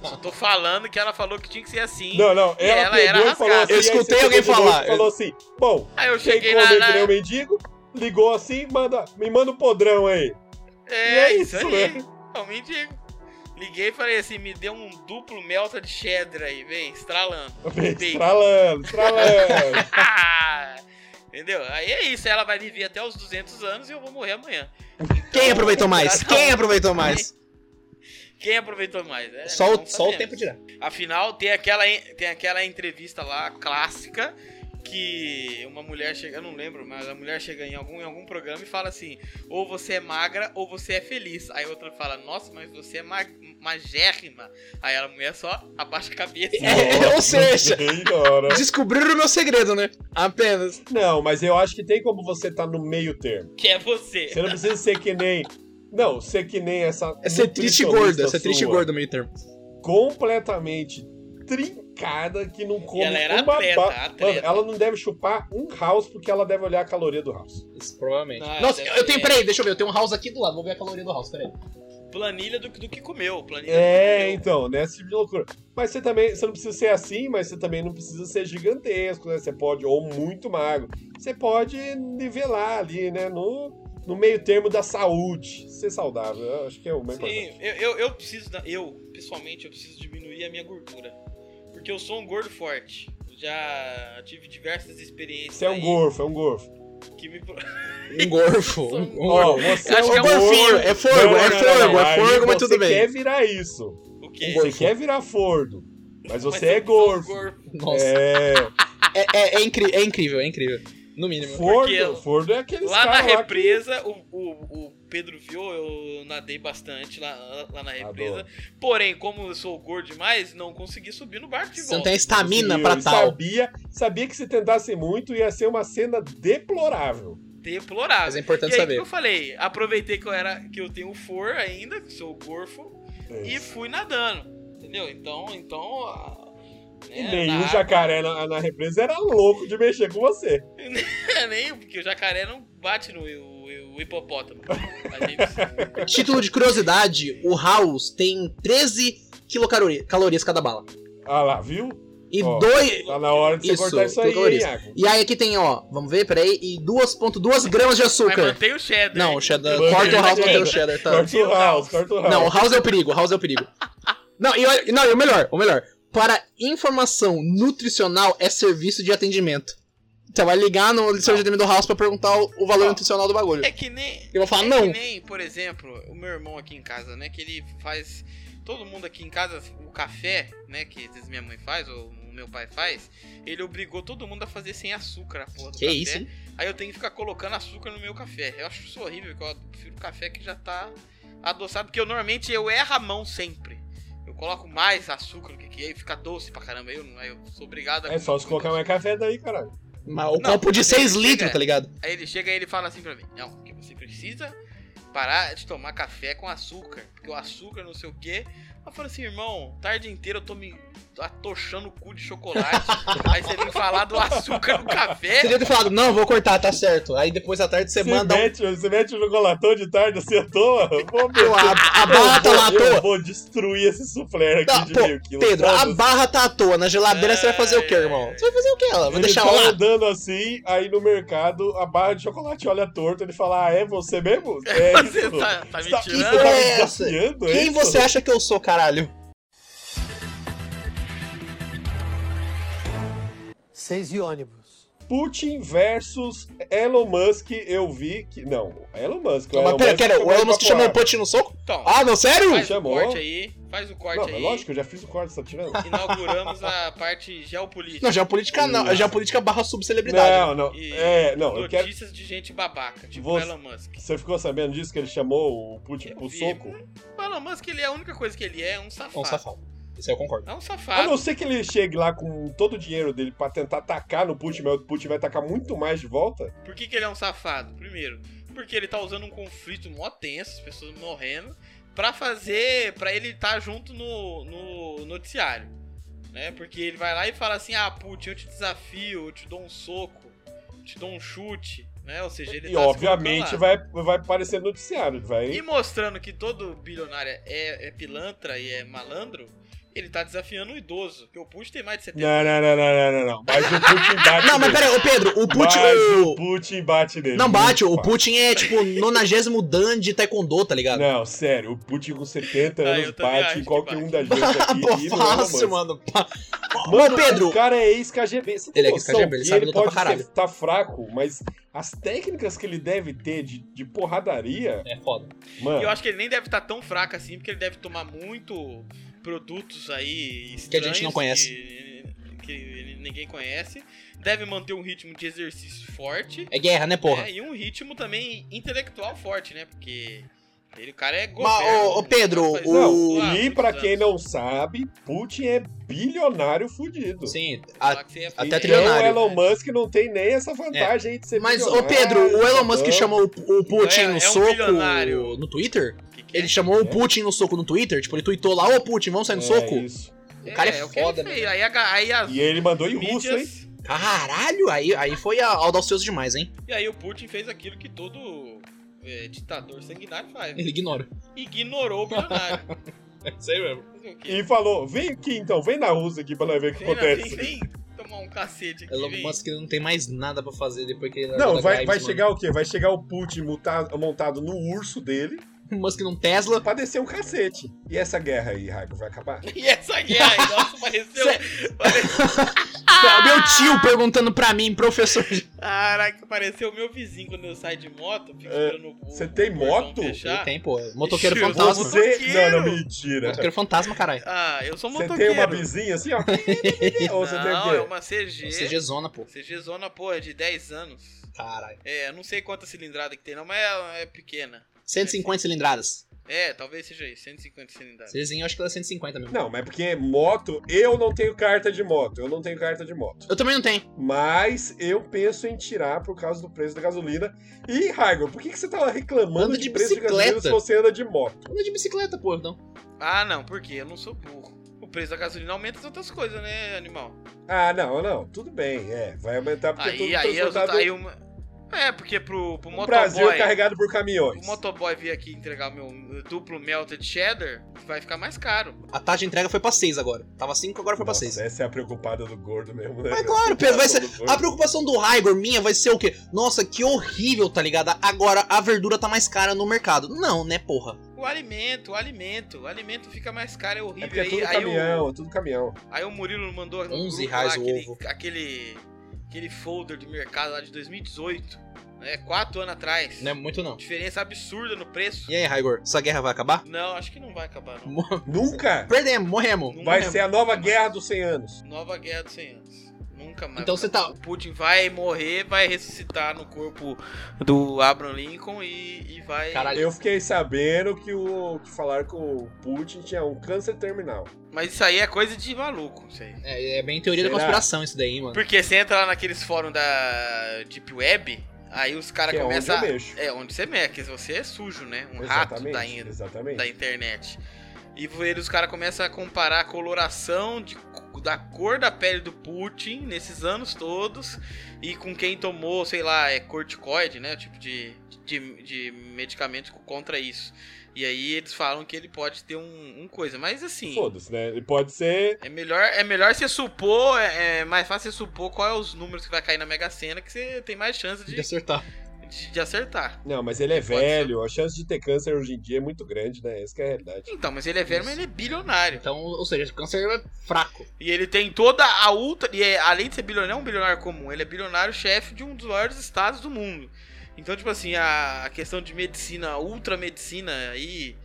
C: Eu Só tô falando que ela falou que tinha que ser assim.
A: Não, não.
C: E
A: Ela,
C: ela era
A: pegou e falou assim.
C: rasgada.
B: Eu
A: aí você
B: escutei
A: chegou
B: alguém
A: de noite
B: falar.
A: e Falou assim, bom,
C: Aí eu
A: quem
C: cheguei na.
A: come
C: na-
A: que nem um mendigo, ligou assim, manda, me manda o podrão aí.
C: É,
A: E é
C: isso
A: isso,
C: aí. É um mendigo. Liguei e falei assim: me deu um duplo melta de cheddar aí, vem, estralando. Bacon.
A: Estralando, estralando.
C: Entendeu? Aí é isso, ela vai viver até os 200 anos e eu vou morrer amanhã.
B: Quem aproveitou mais?
C: Não.
B: Quem aproveitou mais?
C: Quem aproveitou mais? né?
B: só, o,
C: Não
B: só o
C: sabemos.
B: tempo dirá.
C: Afinal, tem aquela, en- tem aquela entrevista lá clássica que uma mulher chega, eu não lembro, mas a mulher chega em algum, em algum programa e fala assim: ou você é magra ou você é feliz. Aí outra fala: nossa, mas você é ma magérrima. Aí a mulher só abaixa a cabeça.
B: ou seja,
A: bem da hora.
B: descobriram o meu segredo, né? Apenas.
A: Não, mas eu acho que tem como você tá no meio termo.
C: Que é você.
A: Você não precisa ser que nem. Não, ser que nem essa.
B: É ser triste e gorda,
A: nutricionista
B: ser triste e
A: sua,
B: gorda meio termo.
A: Completamente trincada que não come
C: Ela era
A: uma
C: atleta,
A: ba-
C: atleta.
A: Mano, ela não deve chupar um house porque ela deve olhar a caloria do house.
B: Isso, provavelmente.
C: Ah,
B: Nossa,
C: deve
B: eu, eu tenho,
C: ser.
B: peraí, deixa eu ver, eu tenho um house aqui do lado, vou ver a caloria do house, peraí.
C: Planilha do, que- do que comeu. Planilha
A: É,
C: do que comeu.
A: então, né? Esse tipo de loucura. Mas você também, você não precisa ser assim, mas você também não precisa ser gigantesco, né? Você pode, ou muito magro. Você pode nivelar ali, né? No, no meio termo da saúde. Ser saudável, eu acho que é o mais importante.
C: Sim, eu, eu, eu preciso. da- Eu, pessoalmente, eu preciso diminuir a minha gordura. Porque eu sou um gordo forte. Eu Já tive diversas experiências.
A: Você é um
C: aí
A: gorfo, é um gorfo.
C: Que me... pro-
B: Um gorfo.
C: um- um
A: Ó, você
C: Acho que é um
B: gorfinho,
A: gordo.
B: é forgo, é forgo, é
A: Aí
B: forgo, mas tudo
A: Você
B: bem.
A: quer virar isso.
C: O quê?
A: Você
B: Gorfo.
A: quer virar fordo. Mas
C: Mas
A: Um você
C: eu
A: é
C: sou um
A: gorfo.
C: gordo.
B: Nossa, é,
A: É,
B: é, é incri- é incrível, é incrível. No mínimo.
A: fordo,
C: Porque
A: fordo é aquele
C: Lá na
A: cara lá que-
C: represa, o, o, o Pedro viu, eu nadei bastante lá, lá na represa.
A: Adoro.
C: Porém, como eu sou gordo demais, não consegui subir no barco de
B: Você não
C: volta.
B: tem estamina
A: E
B: pra
A: eu
B: tal.
A: Sabia, sabia que se tentasse muito ia ser uma cena deplorável.
C: Deplorável.
B: Mas é importante
C: e aí,
B: saber.
C: que eu falei? Aproveitei que eu era que eu tenho um for ainda, que sou gorfo, e fui nadando. Entendeu? Então, então. ah, né,
A: E nenhum
C: na-
A: jacaré na, na represa era louco de mexer com você.
C: É, nem, porque o jacaré não bate no o, o hipopótamo. A gente-
B: Título de curiosidade: o house tem 13 quilocalorias calorias cada bala.
A: Ah lá, viu?
B: E
A: Ó.
B: dois.
A: Tá na hora de você
B: Isso,
A: cortar isso aí, hein,
B: calorias.
A: Iago.
B: E aí aqui tem, ó, vamos ver, peraí, e 2.2 gramas de
C: Mas
B: açúcar.
C: mantém o né? cheddar.
B: Não, o cheddar.
A: Mantém
B: Corta o
A: o
B: house,
A: cheddar.
B: mantém o cheddar, tá?
A: Corta o house, corta o house.
B: Não, o house é o perigo, o house é o perigo. Não, e, olha- não, e o melhor, o melhor. Para informação nutricional é serviço de atendimento. Você vai ligar no serviço de atendimento do house pra perguntar o, o valor nutricional do bagulho.
C: É que nem.
B: Eu vou falar,
C: é
B: não.
C: que nem, por exemplo, o meu irmão aqui em casa, né? Que ele faz. Todo mundo aqui em casa, o café, né? Que às vezes minha mãe faz, ou o meu pai faz, ele obrigou todo mundo a fazer sem açúcar a porra do
B: Que
C: café.
B: isso, hein?
C: Aí eu tenho que ficar colocando açúcar no meu café. Eu acho isso horrível, porque eu prefiro café que já tá adoçado, porque eu normalmente eu erro a mão sempre. Eu coloco mais açúcar do que que aí fica doce pra caramba. Eu, não- aí eu sou obrigado a.
A: É só se colocar mais café daí, caralho.
B: Mas o
C: Não,
B: copo de
C: é,
B: 6
C: é.
B: litros, tá ligado?
C: Aí ele chega e ele fala assim pra mim: Não, porque você precisa parar de tomar café com açúcar, porque o açúcar não sei o quê. Eu falo assim, irmão, tarde inteira eu tô me atochando o cu de chocolate. aí você vem falar do açúcar no
B: Você
C: café.
B: devia ter falado, não, vou cortar, tá certo. Aí depois à tarde você
A: Você
B: manda um.
A: mete, você mete o chocolatão de tarde, assim à toa. Vou
B: Pô, a, a barra tá lá à
A: eu
B: toa.
A: vou destruir esse suflé aqui
B: Não,
A: de
B: pô,
A: meio quilo.
B: Pedro, a
A: foda-se.
B: barra tá à toa. Na geladeira você vai fazer o quê, irmão? Você vai fazer o quê? Ela? Vou
A: Ele
B: deixar
A: tá
B: lá.
A: andando assim, aí no mercado, a barra de chocolate olha torto, ele fala, ah, é você mesmo? É
C: Você
A: isso.
C: tá, tá me
A: Você tá-
C: tirando?
A: você tá me
B: É essa.
A: desafiando, é
B: Quem
A: isso?
B: você acha que eu sou, caralho?
D: 6 de ônibus.
A: Putin versus Elon Musk, eu vi que... Não, Elon Musk. o
B: Mas
A: Elon
B: pera,
A: Musk
B: pera,
A: ficou
B: o Elon Musk
A: mais
B: chamou o
A: popular.
B: Putin no soco?
C: Então,
B: Ah, não, sério?
C: faz
A: chamou.
C: o corte aí, faz o corte
A: Não,
C: aí.
A: mas lógico, eu já fiz o corte, você tá tirando?
C: Inauguramos a parte geopolítica.
B: Não, geopolítica não.
A: Não.
B: Geopolítica barra subcelebridade.
A: não, não,
C: E
A: é, não, eu quero...
C: Notícias de gente babaca, tipo
A: Você-
C: Elon Musk.
A: Você ficou sabendo disso, que ele chamou o Putin
C: Eu
A: pro
C: vi.
A: soco?
C: O Elon Musk, ele é a única coisa que ele é, é um
B: É um
C: safado.
B: safado. Isso aí eu concordo.
C: É um
A: A
C: safado.
A: não ser que ele chegue lá com todo o dinheiro dele pra tentar atacar no Putin, mas o Putin vai atacar muito mais de volta.
C: Por que, que ele é um safado? Primeiro, porque ele tá usando um conflito mó tenso, as pessoas morrendo, pra fazer. pra ele estar junto no, no noticiário. Né? Porque ele vai lá e fala assim: ah, Putin, eu te desafio, eu te dou um soco, eu te dou um chute, né? Ou seja, ele
A: E
C: tá se
A: obviamente
C: colocando lá.
A: vai, vai aparecer no noticiário, vai.
C: E mostrando que todo bilionário é, é pilantra e é malandro, ele tá desafiando o idoso. Porque o Putin tem mais de 70
A: Não, não, não, não, não, não, não. Mas o Putin bate
B: Não, mas
A: nele.
B: pera, ô Pedro, o Putin.
A: Mas
B: o-
A: o Putin bate nele.
B: Não bate, o
A: Muito
B: Putin é tipo nonagésimo Dan de Taekwondo, tá
A: fácil.
B: ligado?
A: Não, sério, o Putin com 70
C: Ah, eu
A: anos
C: também acho
A: bate em
C: que
A: qualquer
C: bate.
A: um da gente aqui.
B: Pô,
A: e no Elon
B: fácil,
A: Musk.
B: mano. Mano, Pedro.
A: O cara é ex-KGB. Você tem
B: Ele é
A: noção
B: ex-KGB, ele
A: que
B: sabe lutar
A: pode
B: pra caralho.
A: ser- tá fraco, mas as técnicas que ele deve ter de, de porradaria,
B: É foda.
A: mano.
C: E eu acho que ele nem deve estar tão fraco assim, porque ele deve tomar muito produtos aí estranhos.
B: Que a gente não conhece.
C: que- que ele- ninguém conhece. Deve manter um ritmo de exercício forte.
B: É guerra, né, porra?
C: né? E um ritmo também intelectual forte, né? Porque ele, o cara é
B: Mas,
C: governo.
B: ô, ô, Pedro,
C: faz-
B: o-
C: Não,
A: Não, é.
C: lá,
A: e pra
C: muitos
A: quem
C: anos.
A: não sabe, Putin é bilionário fudido.
B: Sim. Ah, a-
C: Falar que você é
B: até
A: Então,
B: trilionário. É.
A: o Elon Musk não tem nem essa vantagem aí de ser
B: mas, ô
A: bilionário,
B: Pedro, o Elon
A: tá
B: Musk
A: bom?
B: chamou o o Putin
C: É- é
B: no
C: um
B: soco
C: bilionário.
B: no Twitter?
C: O que que é?
B: Ele chamou o Putin no soco no Twitter? Tipo, ele tweetou lá, ô Putin, vamos sair no
A: É,
B: soco?
A: isso.
B: O cara é,
C: o que ele
B: foda, né?
C: fez. Aí, a- aí as
A: E ele mandou em russo, hein?
C: mídias...
B: Caralho, aí, aí foi a- audacioso demais, hein?
C: E aí o Putin fez aquilo que todo é, ditador sanguinário faz. né?
B: Ele ignora.
C: Ignorou o bilionário.
B: É isso aí mesmo.
C: Fazer o quê?
A: E falou: vem aqui então, vem na Rússia aqui pra nós ver o que
C: Vem,
A: acontece.
C: vem, vem tomar um cacete aqui,
B: Elon
C: vem.
B: Musk ele não tem mais nada pra fazer depois que ele largou
A: Não,
B: da tipo,
A: vai,
B: Grimes,
A: vai
B: mano.
A: chegar o quê? Vai chegar o Putin muta- montado no urso dele
B: Musk num Tesla.
A: pra descer um cacete. E essa guerra aí, Raigo, vai acabar?
C: E essa guerra aí, nossa, pareceu... pareceu
B: Meu tio perguntando pra mim, professor.
C: caraca, pareceu o meu vizinho quando eu saio de moto. Fico
A: É,
C: esperando o-
A: você
C: o
A: tem
C: portão
A: moto?
C: fechar.
B: Tem, pô. Motoqueiro
C: Ixi, eu
B: fantasma.
C: vou-
A: Você.
C: Motoqueiro!
A: Não, não, mentira.
B: Motoqueiro fantasma, caralho.
C: Ah, eu sou
A: Você
C: motoqueiro.
A: tem uma vizinha assim, ó. Ou você tem o
C: Não, é
A: quê?
C: uma CG.
B: CG zona, pô.
C: CG zona, porra, de 10 anos.
B: Caralho.
C: É, eu não sei quanta cilindrada que tem não, mas é, é pequena.
B: 150 cilindradas.
C: É, talvez seja isso, 150 cilindradas.
B: CGzinho, eu acho que ela é 150 mesmo.
A: Não, mas é porque moto, eu não tenho carta de moto. Eu não tenho carta de moto.
B: Eu também não tenho.
A: Mas eu penso em tirar por causa do preço da gasolina. E, Raigo, por que, que você tava reclamando
B: Anda
A: de,
B: de
A: preço de gasolina se
B: bicicleta.
A: você anda de moto?
B: Eu ando de bicicleta, pô, então.
C: Ah, não, porque eu não sou burro. O preço da gasolina aumenta as outras coisas, né, animal?
A: Ah, não, não. Tudo bem, é. Vai aumentar porque tudo
C: Aí, aí, eu, tá,
A: transportado-
C: aí uma... É, porque pro, pro
A: O Brasil é
C: motoboy.
A: carregado por caminhões.
C: O motoboy vir aqui entregar meu duplo melted cheddar, vai ficar mais caro.
B: A taxa de entrega foi pra 6 agora. Tava 5, agora foi pra
A: Nossa,
B: 6.
A: Essa é a preocupada do gordo mesmo, né?
B: Mas
A: cara?
B: claro, Pedro, vai ser.
A: Preocupação do gordo.
B: A preocupação do Raigor minha vai ser o quê? Nossa, que horrível, tá ligado? Agora a verdura tá mais cara no mercado. Não, né, porra?
C: O alimento, o alimento, o alimento fica mais caro, é
A: É
C: horrível.
A: porque é
C: aí,
A: tudo
C: aí,
A: caminhão,
C: o,
A: é tudo caminhão.
C: aí o Murilo mandou no
B: 11
C: grupo lá
B: reais o
C: aquele,
B: ovo.
C: aquele aquele folder de mercado lá de 2018, né? Quatro anos atrás.
B: Não é muito, não.
C: Diferença absurda no preço.
B: E é aí, Raigor, essa guerra vai acabar?
C: Não, acho que não vai acabar, não.
A: Nunca
B: Perdemos, morremos.
C: Não
A: vai
C: lembro.
A: ser a nova guerra dos 100 anos.
C: Nova Guerra dos 100 Anos. Nunca mais.
B: Então você tá-
C: O Putin vai morrer, vai ressuscitar no corpo do Abraham Lincoln e, e vai.
B: Caralho.
A: Eu fiquei sabendo que o que falaram que o Putin tinha um câncer terminal.
C: Mas isso aí é coisa de maluco, isso aí.
B: É, é bem teoria da
A: Será?
B: conspiração isso daí, mano.
C: Porque você entra lá naqueles fóruns da Deep Web, aí os caras
A: que é onde eu
C: começam. a-
A: mexo.
C: É, onde você mexe, você é sujo, né? Um rato da, in-
A: exatamente.
C: da internet. E ele, os caras começam a comparar a coloração de, da cor da pele do Putin nesses anos todos e com quem tomou, sei lá, é corticoide, né? O tipo de, de, de medicamento contra isso. E aí eles falam que ele pode ter um, um coisa. Mas assim,
A: Foda-se, né? Ele pode ser.
C: é melhor, é melhor você supor, é, é mais fácil você supor qual é os números que vai cair na Mega Sena que você tem mais chance de,
B: De acertar.
C: de, de acertar.
A: Não, mas ele é
C: Ele pode
A: velho. A chance de ter câncer hoje em dia é muito grande, né? Essa que é a realidade.
C: Então, mas ele é velho, mas ele é bilionário.
B: Então, ou seja, o câncer é fraco.
C: E ele tem toda a ultra. E é, além de ser bilionário, é um bilionário comum. Ele é bilionário chefe de um dos maiores estados do mundo. Então, tipo assim, a, a questão de medicina, ultra medicina aí,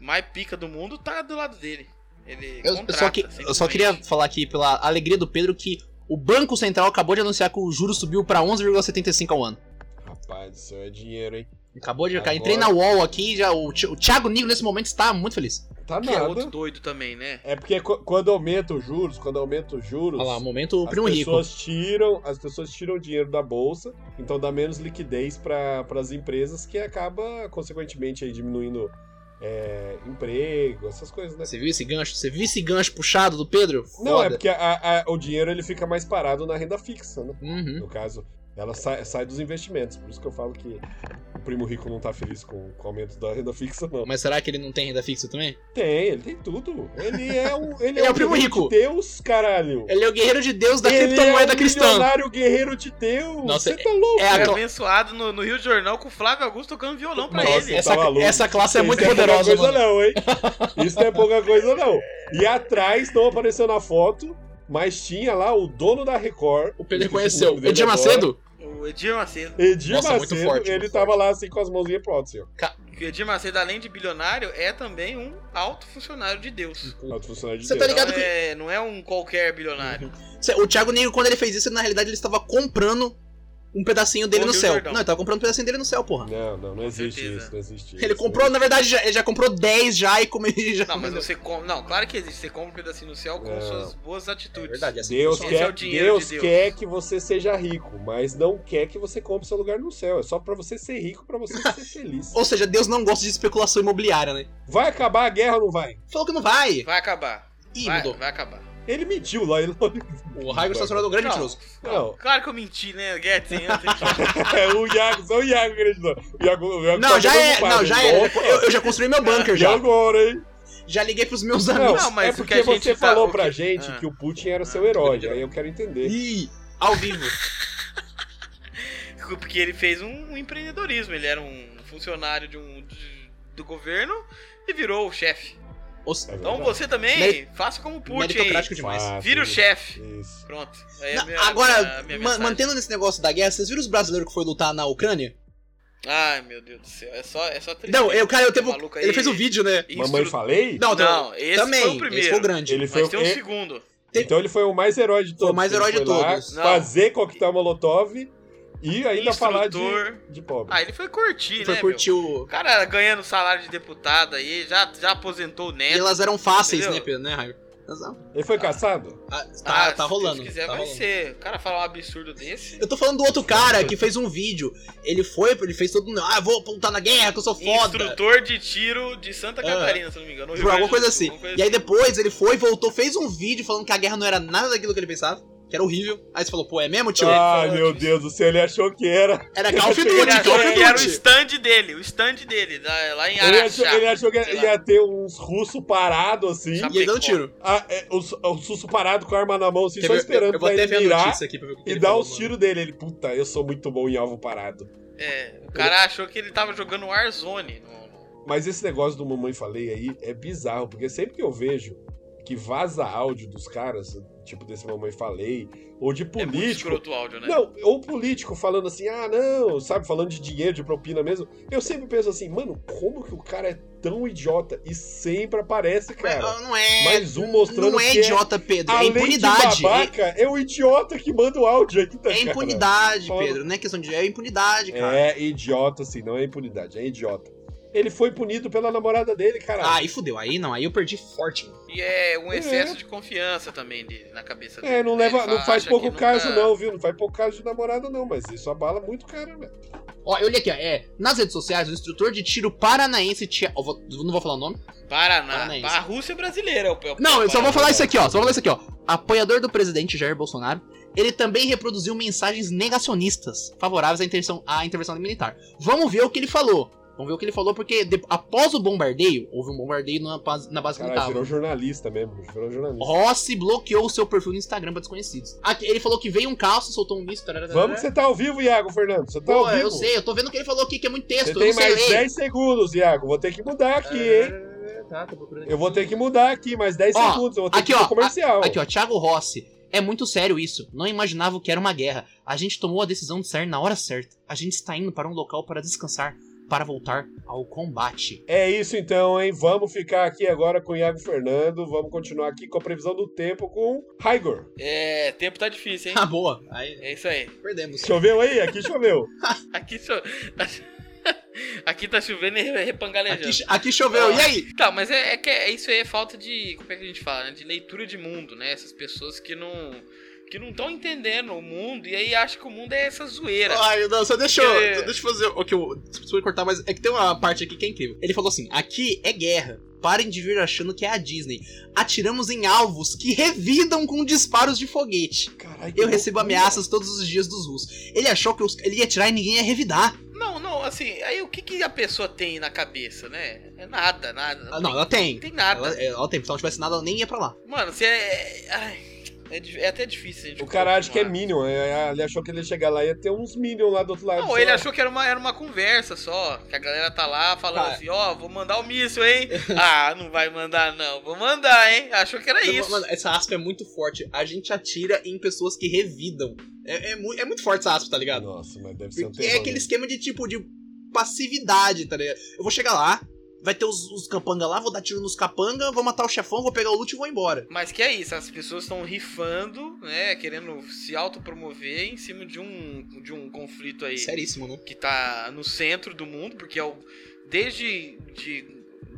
C: mais pica do mundo, tá do lado dele. Ele
B: Eu, eu
C: contrata, assim,
B: só, que- eu só
C: simplesmente.
B: queria falar aqui, pela alegria do Pedro, que o Banco Central acabou de anunciar que o juro subiu pra 11,75 ao ano.
A: Rapaz, isso é dinheiro, hein?
B: Acabou de.
A: Agora-
B: Entrei na UOL aqui, já, o, Thi- o Thiago Nigo nesse momento está muito feliz.
A: Tá
C: Que é
A: nada.
C: outro doido também, né?
A: É porque co- quando aumenta os juros, quando aumenta os juros,
B: Olha lá, momento
A: as
B: primo um rico.
A: pessoas tiram, as pessoas tiram dinheiro da bolsa, então dá menos liquidez para as empresas, que acaba consequentemente aí diminuindo é, emprego, essas coisas, né?
B: Você viu esse gancho? Você viu esse gancho puxado do Pedro?
A: Não, é
B: Foda.
A: porque a- a- o dinheiro ele fica mais parado na renda fixa, né?
B: Uhum.
A: No caso, ela sai, sai dos investimentos. Por isso que eu falo que o primo rico não tá feliz com, com o aumento da renda fixa, não.
B: Mas será que ele não tem renda fixa também?
A: Tem, ele tem tudo. Ele é um. Ele,
B: é
A: um
B: o primo
A: guerreiro
B: rico.
A: De Deus, caralho.
B: Ele é o guerreiro de Deus da
A: Ele é
B: criptomoeda
A: um
B: cristã.
A: milionário guerreiro de Deus.
B: Nossa,
A: Você tá louco?
B: É a
C: Foi
B: cla-
C: abençoado no, no Rio de Jornal com o Flávio Augusto tocando violão pra
A: Nossa,
C: ele.
A: é Tá
B: Essa,
A: maluco.
B: essa classe é
A: Isso
B: muito
A: não pouca
B: poderosa,
A: coisa
B: mano.
A: não, hein? Isso não é pouca coisa não. E atrás não apareceu na foto, mas tinha lá o dono da Record.
B: O Pedro
A: esqueci
B: reconheceu.
A: nome dele
B: Edir
A: agora.
B: Macedo?
C: O Edir Macedo.
A: Edir
B: Nossa, muito
A: Macedo,
B: forte,
A: ele
B: muito
A: tava lá assim com as mãozinhas prontas, assim, ó.
B: Ca-
C: Porque Edir Macedo, além de bilionário, é também um alto funcionário de Deus.
A: Alto funcionário de
B: Você tá
A: Deus.
B: ligado?
C: Então, é, não é um qualquer bilionário.
B: Cê- O Thiago Negro, quando ele fez isso, na realidade ele estava comprando um pedacinho dele
C: Bom
B: no
C: Rio
B: céu.
C: Jordão.
B: Não, ele tava comprando um pedacinho dele no céu, porra.
A: Não, não, não existe
C: certeza.
A: isso, não existe isso.
B: Ele comprou, na verdade, já- ele já comprou 10 já e come e já.
C: Não, mas você compra. Não, claro que existe. Você compra um pedacinho no céu com
A: Não.
C: suas boas atitudes.
B: É. verdade, assim
A: Deus
B: que funciona.
C: Esse é
A: quer,
C: o dinheiro
A: Deus,
C: de Deus.
A: quer que você seja rico, mas não quer que você compre seu lugar no céu. É só pra você ser rico, pra você ser feliz.
B: Ou seja, Deus não gosta de especulação imobiliária, né?
A: Vai acabar a guerra ou não vai?
B: Falou que não vai.
C: Vai acabar.
B: Ih,
C: vai,
B: mudou.
C: vai acabar.
A: Ele mentiu lá, ele
B: O Raigo está se tornando um grande
C: Não.
B: mentiroso.
A: Não,
C: Claro que eu menti, né? Guedes, hein? Eu tenho que-
A: é o Iago, só o Iago acreditou. O Iago, o Iago
B: Não,
A: tá
B: já
A: todo
B: é.
A: ocupado,
B: Não, já
A: hein?
B: é. Eu, eu já construí meu bunker
A: E
B: já.
A: agora, hein?
B: Já liguei pros meus
A: Não,
B: amigos.
C: Não, mas
A: é
C: o
A: porque
C: que a
A: você
C: gente tá-
A: falou
C: o
A: pra
C: que-
A: gente
C: Ah.
A: que o Putin era seu herói, aí eu quero entender.
B: Ih, ao vivo.
C: Porque ele fez um empreendedorismo. Ele era um funcionário de um, de- do governo e virou o chefe.
B: Ou se-
A: É
C: Então
A: verdade.
C: você também,
B: Meri-
C: faça como o Putin.
B: Meritocrático
C: aí.
B: demais.
A: Fato,
C: Vira o chefe.
A: Isso.
C: Pronto. É a
B: Na-
C: minha-
B: agora,
C: a minha
B: ma-
C: mensagem.
B: mantendo nesse negócio da guerra, vocês viram os brasileiros que foi lutar na Ucrânia?
C: Ai, meu Deus do céu. É só, é só triste.
B: Não, eu, cara, eu teve. um-
C: Maluco aí.
B: Ele fez o vídeo, né?
C: Instru-
A: Mamãe falei?
B: Não, tem-
C: Não, esse
B: também.
C: foi o primeiro.
B: Esse foi o grande.
A: Ele
C: Mas
A: foi,
C: tem um
A: ele-
C: segundo.
A: Então ele foi o mais herói de todos.
B: Foi o mais
A: Ele
B: herói de
A: foi lá
B: todos.
C: Não.
A: Fazer coquetel molotov e ainda falar de,
C: Instrutor.
A: de pobre.
C: Ah, ele foi curtir,
B: Foi
C: né,
B: curtir
C: meu?
B: o.
C: O cara ganhando salário de deputado aí, já, já aposentou o
B: E
C: Neto.
B: elas eram fáceis,
C: Entendeu?
B: né, Pedro, né, Raigo? Elas eram-
A: Ele foi caçado?
B: Ah, tá,
C: Ah,
B: tá rolando.
C: Se Deus quiser,
B: tá
C: vai
B: rolando.
C: ser. O cara falar um absurdo desse.
B: Eu tô falando do outro cara que fez um vídeo. Ele foi, ele fez todo. Ah, vou lutar na guerra, que eu sou foda.
C: Instrutor de tiro de Santa Catarina, se não me engano. no Rio
B: Por alguma
C: Grande
B: coisa
C: do
B: assim.
C: Sul, alguma
B: E aí
C: assim.
B: depois ele foi, voltou, fez um vídeo falando que a guerra não era nada daquilo que ele pensava, que era horrível. Aí você falou, pô, é mesmo, tio?
A: ah,
C: falou
A: meu
C: disso.
A: Deus do céu, ele achou que era.
B: Era Call of Duty,
C: Ele
B: Call
C: achou que era o
B: of Duty.
C: stand dele, o stand dele, da- lá em
A: Ele achou,
C: Araxá.
A: ele achou que
C: sei lá.
A: ia ter uns russos parados assim.
C: Sabe-
B: E ele deu um tiro.
A: Ah, é, os, os russos parados com a arma na mão, assim,
B: Quer
A: só
B: ver?
A: esperando
B: eu vou
A: pra
B: até
A: ele
B: ver a
A: virar
B: notícia aqui pra ver o que que
A: e
B: ele
A: dar
B: falou,
A: os
B: mano.
A: tiros dele. Ele, puta, eu sou muito bom em alvo parado.
C: É, o cara achou que ele tava jogando Warzone. No, no...
A: Mas esse negócio do Mamãe Falei aí é bizarro, porque sempre que eu vejo que vaza áudio dos caras, tipo desse Mamãe Falei, ou de
C: É muito
A: político.
C: escroto o áudio, né?
A: não, ou político falando assim, ah, não, sabe, falando de dinheiro, de propina mesmo. Eu sempre penso assim, mano, como que o cara é tão idiota? E sempre aparece,
B: Mas,
A: cara.
B: ah, não é.
A: Mais um mostrando
B: não é
A: que é-
B: idiota, Pedro. É
A: Além de
B: impunidade. É,
A: babaca, é o idiota que manda o áudio tá ainda,
B: é
A: cara.
B: impunidade,
A: Fala.
B: Pedro. Não é questão de. É impunidade, cara.
A: É idiota, sim, não é impunidade, é idiota. Ele foi punido pela namorada dele, cara.
B: Ah, aí fudeu. Aí não, aí eu perdi forte, mano.
C: E é um excesso de confiança também dele, na cabeça dele.
A: É, não
C: né?
A: leva,
C: Ele
A: não
C: fala,
A: faz
C: acha
A: pouco
C: que nunca-
A: caso não, viu? Não faz pouco caso de namorada não, mas isso abala muito o cara, né? velho.
B: Ó, eu olhei aqui, ó. É, nas redes sociais, o instrutor de tiro paranaense. Tia... eu vou- não vou falar o nome.
C: Paraná.
B: Paranaense.
C: A Rússia é brasileira é o é o-
B: Não, eu só
C: Paraná.
B: vou falar isso aqui, ó. Só vou falar isso aqui, ó. Apoiador do presidente Jair Bolsonaro, ele também reproduziu mensagens negacionistas favoráveis à intervenção, à intervenção militar. Vamos ver o que ele falou. Vamos ver o que ele falou, porque de- após o bombardeio, houve um bombardeio na, base- na base
A: Cara, virou
B: militar.
A: jornalista mesmo, virou jornalista.
B: Rossi bloqueou o seu perfil no Instagram pra desconhecidos. Aqui, ele falou que veio um calço, soltou um míssil. tararara.
A: Vamos que você tá ao vivo, Iago Fernando, você tá
B: Pô,
A: ao vivo.
B: eu sei, eu tô vendo que ele falou aqui, que é muito texto,
A: Você
B: eu
A: tem
B: não sei
A: mais
B: ler.
A: 10 segundos, Iago, vou ter que mudar aqui, hein?
B: Ah, tá, tô procurando
A: Eu vou ter que mudar aqui, mais 10
B: Ó,
A: segundos, eu vou ter
B: aqui,
A: que ir pro
B: ó,
A: comercial.
B: Aqui, ó, Thiago Rossi. É muito sério isso. Não imaginava o que era uma guerra. A gente tomou a decisão de sair na hora certa. A gente está indo para um local para descansar, para voltar ao combate.
A: É isso então, hein? Vamos ficar aqui agora com o Iago Fernando, vamos continuar aqui com a previsão do tempo com Raigor.
C: É, tempo tá difícil, hein?
B: Ah, boa. Aí
C: É isso aí.
B: perdemos.
A: Choveu aí? Aqui choveu.
C: Aqui, cho... aqui tá chovendo e re- repangalejando.
B: Aqui, cho- aqui choveu. E aí?
C: Tá, mas é, é que é, isso aí é falta de. Como é que a gente fala? Né? De leitura de mundo, né? Essas pessoas que não. que não estão entendendo o mundo e aí acham que o mundo é essa zoeira.
B: Ai, não, só deixa eu,
C: É.
B: só deixa eu fazer o que eu. Desculpa cortar, mas é que tem uma parte aqui que é incrível. Ele falou assim: aqui é guerra. Parem de vir achando que é a Disney. Atiramos em alvos que revidam com disparos de foguete.
A: Caralho, que
B: Eu recebo
A: loucura.
B: ameaças todos os dias dos russos. Ele achou que os- ele ia atirar e ninguém ia revidar.
C: Não, não, assim, aí o que, que a pessoa tem na cabeça, né? É nada, nada.
B: Ah, não, ela tem.
C: Não tem nada.
B: Ela, é, ela tem, se ela não tivesse nada, ela nem ia pra lá.
C: Mano, você é. ai, é, di- é até difícil a gente
A: O cara acha que é
C: continuar.
A: Minion, é, ele achou que ele ia chegar lá e ia ter uns Minion lá do outro lado.
C: Não,
A: sei
C: ele
A: lá.
C: achou que era uma, era uma conversa só. Que a galera tá lá falando
B: Cara.
C: assim, ó, vou mandar o míssil, hein? ah, não vai mandar, não. Vou mandar, hein? Achou que era isso.
B: Mano, essa aspa é muito forte. A gente atira em pessoas que revidam. É, é mu- é muito forte essa aspa, tá ligado?
A: Nossa, mas deve ser um
B: Porque é
A: terror,
B: aquele
A: né?
B: esquema de tipo de. passividade, tá ligado? Eu vou chegar lá, vai ter os, os capanga lá, vou dar tiro nos capanga, vou matar o chefão, vou pegar o loot e vou embora.
C: Mas que é isso, as pessoas estão rifando, né? Querendo se autopromover em cima de um, de um conflito aí
B: Seríssimo, né?
C: que tá no centro do mundo, porque é o, desde de,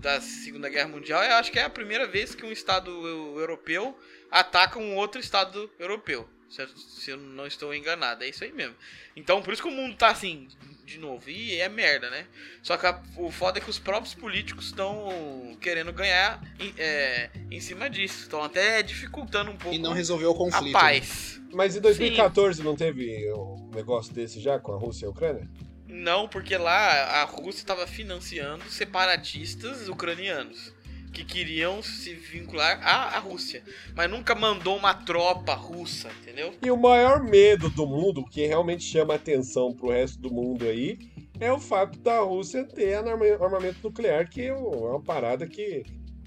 C: da Segunda Guerra Mundial, eu acho que é a primeira vez que um Estado eu- europeu ataca um outro Estado europeu. Se eu, se eu não estou enganado, é isso aí mesmo. Então, por isso que o mundo tá assim, de novo, e é merda, né? Só que a- o foda é que os próprios políticos estão querendo ganhar em, é, em cima disso. Estão até dificultando um pouco
B: E não resolveu o
C: a
B: conflito.
A: né?
C: paz.
A: Mas em 2014 não teve um negócio desse já com a Rússia e a Ucrânia?
C: Não, porque lá a Rússia estava financiando separatistas ucranianos que queriam se vincular à, à Rússia, mas nunca mandou uma tropa russa, entendeu?
A: E o maior medo do mundo, o que realmente chama atenção pro resto do mundo aí, é o fato da Rússia ter anarma- armamento nuclear, que é um- é uma parada que,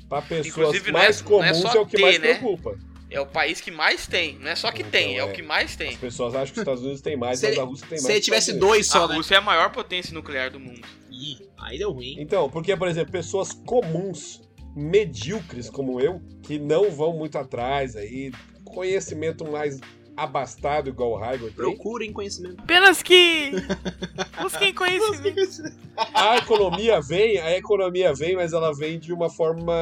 A: pra pessoas
C: Inclusive, não é-
A: mais
C: não é
A: comuns, é,
C: só
A: o que
C: ter,
A: mais
C: né?
A: preocupa.
C: É o país que mais tem, não é só que
A: Então,
C: tem, é,
A: é.
C: o que mais
A: As
C: tem.
A: pessoas acham que os Estados Unidos tem mais,
B: Se
A: mas
B: ele-
A: a Rússia tem mais.
B: Se ele
A: que os
B: tivesse
A: Estados Unidos.
B: dois
C: A
B: só, né?
C: Rússia é a maior potência nuclear do mundo.
B: Ih, aí deu ruim.
A: Então, porque, por exemplo, pessoas comuns, medíocres como eu, que não vão muito atrás aí, conhecimento mais abastado igual o Raigor tem,
B: Procurem conhecimento.
C: Apenas que busquem conhecimento.
A: a economia vem, a economia vem, mas ela vem de uma forma,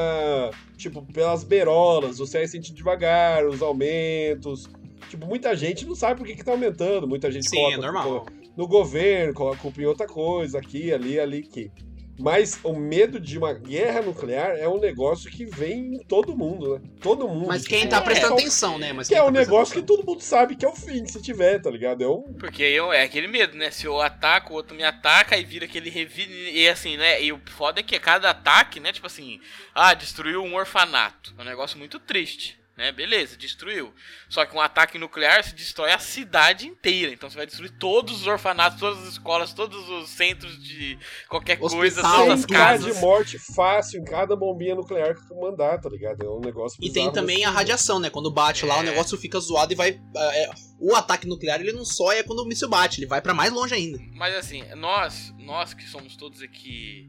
A: tipo, pelas berolas, você aí sente devagar, os aumentos... Tipo, muita gente não sabe por que, que tá aumentando, muita gente
B: Sim,
A: coloca tipo,
B: é normal.
A: no governo, coloca a culpa em outra coisa, aqui, ali, ali, aqui. Mas o medo de uma guerra nuclear é um negócio que vem em todo mundo, né? Todo mundo.
B: Mas
A: tipo,
B: quem tá
A: é,
B: prestando
A: é,
B: atenção, né? Mas
A: Que
B: quem
A: é
B: tá
A: um
B: prestando
A: negócio que
B: atenção?
A: todo mundo sabe que é o fim, se tiver, tá ligado? É um...
C: Porque eu, é aquele medo, né? Se eu ataco, o outro me ataca e vira aquele revide. E assim, né? E o foda é que cada ataque, né? Tipo assim, ah, destruiu um orfanato. É um negócio muito triste, né? Beleza, destruiu. Só que um ataque nuclear se destrói a cidade inteira. Então você vai destruir todos os orfanatos, todas as escolas, todos os centros de qualquer coisa,
B: Hospital,
C: todas as
B: tudo.
A: Centenas de
C: casas.
A: morte fácil em cada bombinha nuclear que mandar, tá ligado? É um negócio
B: E tem
A: bizarro
B: também
A: desse
B: a radiação, né? Quando bate lá, o
C: É.
B: negócio fica zoado e vai. ah, é, o ataque nuclear, ele não só é quando o míssil bate, ele vai pra mais longe ainda.
C: Mas assim, nós, nós que somos todos aqui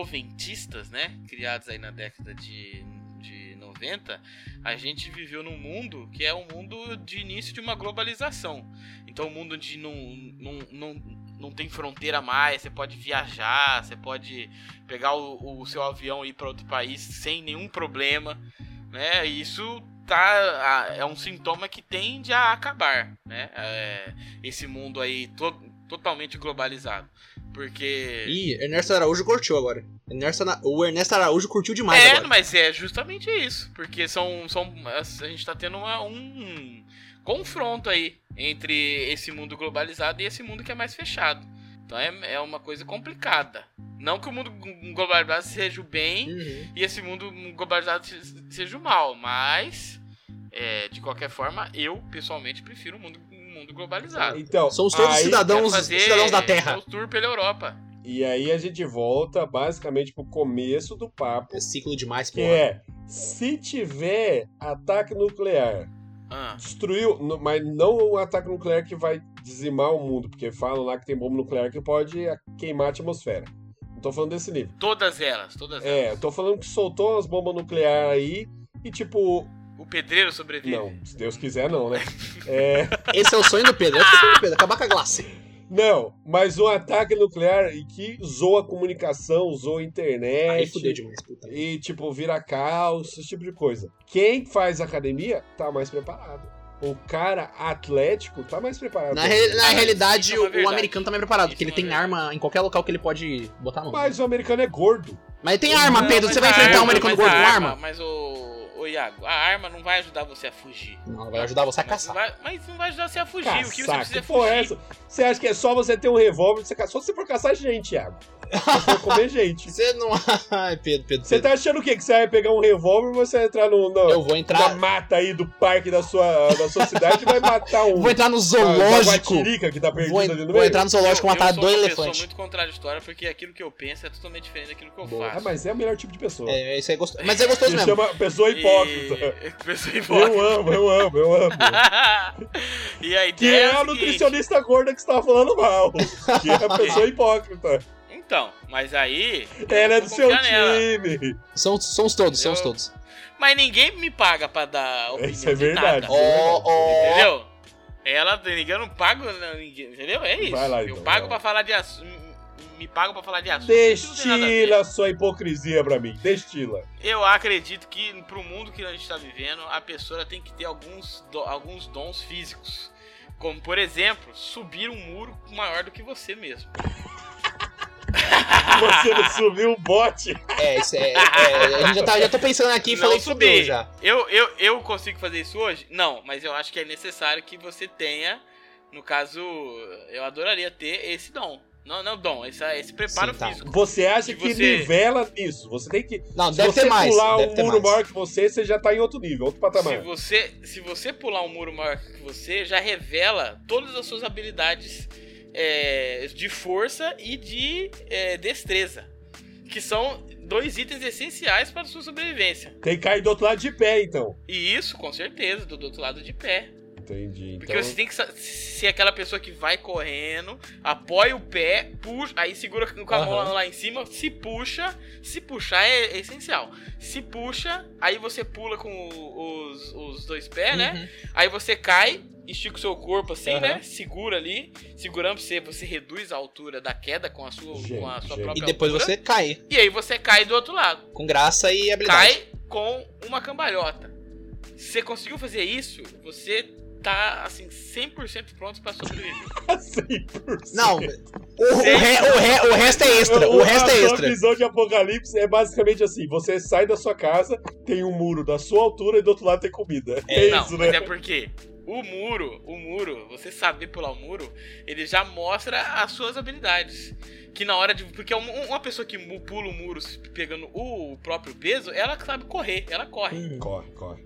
C: noventistas, né? Criados aí na década de, de 90, a gente viveu num mundo que é um mundo de início de uma globalização. Então, um mundo onde não, não, não, não tem fronteira mais, você pode viajar, você pode pegar o, o seu avião e ir para outro país sem nenhum problema, né? E isso tá, a- é um sintoma que tende a acabar, né? É, esse mundo aí to- totalmente globalizado. Porque.
B: Ih, Ernesto Araújo curtiu agora. Ernesto Ana- O Ernesto Araújo curtiu demais
C: é,
B: agora.
C: mas é justamente isso. Porque são. são a gente tá tendo uma- um confronto aí entre esse mundo globalizado e esse mundo que é mais fechado. Então é, é uma coisa complicada. Não que o mundo globalizado seja o bem
B: Uhum.
C: e esse mundo globalizado se- seja o mal, mas. é, de qualquer forma, eu pessoalmente prefiro o mundo, o mundo globalizado.
A: Então,
B: Somos todos
A: aí-
B: cidadãos,
C: Quero fazer
B: cidadãos da Terra.
C: meu tour pela Europa.
A: E aí a gente volta basicamente pro começo do papo,
B: É ciclo demais,
A: que
B: porra.
A: é se tiver ataque nuclear
C: Ah.
A: destruiu, no- mas não um ataque nuclear que vai dizimar o mundo, porque falam lá que tem bomba nuclear que pode a- queimar a atmosfera. Não tô falando desse nível.
C: Todas elas, todas
A: É, eu
C: elas.
A: tô falando que soltou umas bombas nucleares aí e tipo.
C: O pedreiro sobrevive.
A: Não, se Deus quiser, não, né? É,
B: Esse é o sonho do Pedro. Esse é o sonho do Pedro. Acabar com a glace.
A: não, mas um ataque nuclear e que zoa a comunicação, zoa a internet.
B: Aí fudeu demais, puta.
A: E, tipo, vira caos, esse tipo de coisa. Quem faz academia tá mais preparado. O cara atlético tá mais preparado.
B: Na, re- na
C: Ah,
B: realidade,
C: isso é uma
B: o- o
C: verdade.
B: americano tá bem preparado,
C: Isso
B: porque
C: é
B: ele
C: uma
B: tem
C: verdade.
B: arma em qualquer local que ele pode botar a mão. Mas,
A: Mas o americano é gordo.
B: tem arma,
C: Não,
B: Pedro.
C: mas
B: Você vai
C: a
B: enfrentar um
C: arma-
B: americano
C: mas
B: gordo com
C: a
B: arma?
C: Mas o, o Iago, a arma não vai ajudar você a fugir.
B: Não, vai ajudar você a
C: Mas,
B: caçar.
C: não vai, mas não vai ajudar você a fugir. o que você
A: Caçar,
C: precisa é
A: porra é
C: fugir.
A: essa? Você acha que é só você ter um revólver e você caçar? Só se você for caçar gente, Thiago. Se for comer gente.
B: Você não. Ai, Pedro, Pedro.
A: Você
B: Pedro.
A: tá achando o quê? Que você vai pegar um revólver e você vai entrar no, no-
B: Eu vou
A: na
B: entrar.
A: mata aí do parque da sua, da sua cidade e vai matar um.
B: Vou entrar no zoológico.
A: Lógico. que tá perdido
B: Vou, en-
A: ali no
B: vou
A: meio.
B: entrar no zoológico e
C: Eu-
B: matar
C: eu sou
B: dois
C: uma
B: elefantes.
C: pessoa muito contraditória, porque aquilo que eu penso é totalmente diferente daquilo que eu
B: Boa.
A: Ah,
C: faço.
A: mas é o melhor tipo de pessoa.
B: É, isso aí é gostoso. Mas é gostoso
A: Você
B: mesmo.
A: chama pessoa hipócrita.
C: E... Pessoa
A: Eu
C: hipócrita.
A: amo, eu amo, eu amo. é
C: e a
A: Que
C: ideia
A: é
C: é
A: a
C: o é seguinte,
A: nutricionista gorda que você tá falando mal. Que é a pessoa é hipócrita.
C: Então, mas aí.
A: Ela é do
C: vou
A: seu
C: confiar nela.
A: time.
B: São, são os todos, são os
C: Eu-
B: todos.
C: Mas ninguém me paga pra dar opinião.
A: Isso é
C: de nada,
A: verdade.
B: Ó, ó.
C: Entendeu? Ela, ninguém- eu não pago, não, ninguém, entendeu? É isso.
A: Vai lá,
C: eu
A: então, vai
C: pago
A: lá.
C: pra falar de assunto. Me pago pra falar de assunto. que não tem nada a ver.
A: Destila sua hipocrisia pra mim. Destila.
C: Eu acredito que pro mundo que a gente tá vivendo, a pessoa tem que ter alguns, do- alguns dons físicos. Como, por exemplo, subir um muro maior do que você mesmo.
A: Você não subiu o bote.
B: É, isso é. é, a gente já tá, já tô pensando aqui e
C: Não
B: falei
C: subi.
B: fudeu já.
C: Eu, eu, eu consigo fazer isso hoje? Não, mas eu acho que é necessário que você tenha, no caso, eu adoraria ter esse dom. Não, não dom, essa, esse preparo
B: Sim, tá.
C: físico.
A: Você acha
C: E
A: que
C: você-
A: nivela nisso. Você tem que.
B: Não,
A: se
B: deve
A: você
B: ter mais.
A: pular
B: deve
A: um
B: ter
A: muro
B: mais.
A: maior que você, você já tá em outro nível, outro
C: Se
A: patamar.
C: você, se você pular um muro maior que você, já revela todas as suas habilidades é, de força e de é, destreza. Que são dois itens essenciais para a sua sobrevivência.
A: Tem que cair do outro lado de pé, então.
C: E isso, com certeza, do, do outro lado de pé.
A: Entendi.
C: Porque
A: Então,
C: você tem que sa- ser aquela pessoa que vai correndo, apoia o pé, puxa, aí segura com a mão
B: Aham.
C: lá, lá em cima, se puxa. Se puxar é, é essencial. Se puxa, aí você pula com o- os, os dois pés, né?
B: Uhum.
C: Aí você cai, estica o seu corpo assim,
B: Aham.
C: né? Segura ali. Segurando você, você reduz a altura da queda com a sua,
A: Gente,
C: com é a sua
A: gente.
C: própria
B: E depois
C: altura.
B: você cai.
C: E aí você cai do outro lado.
B: Com graça e habilidade.
C: Cai com uma cambalhota. Se você conseguiu fazer isso, você tá, assim, 100% pronto pra sobreviver.
A: 100%.
B: Não, o, o, re- o, re- o resto é extra. O resto
A: a
B: é
A: sua
B: extra.
A: visão de apocalipse é basicamente assim: você sai da sua casa, tem um muro da sua altura e do outro lado tem comida. É,
C: Não,
A: isso,
C: mas
A: né?
C: é porque o muro, o muro, você saber pular o muro, ele já mostra as suas habilidades. Que na hora de. Porque um- uma pessoa que mu- pula o muro se pegando o próprio peso, ela sabe correr, ela corre.
B: Hum.
A: Corre, corre.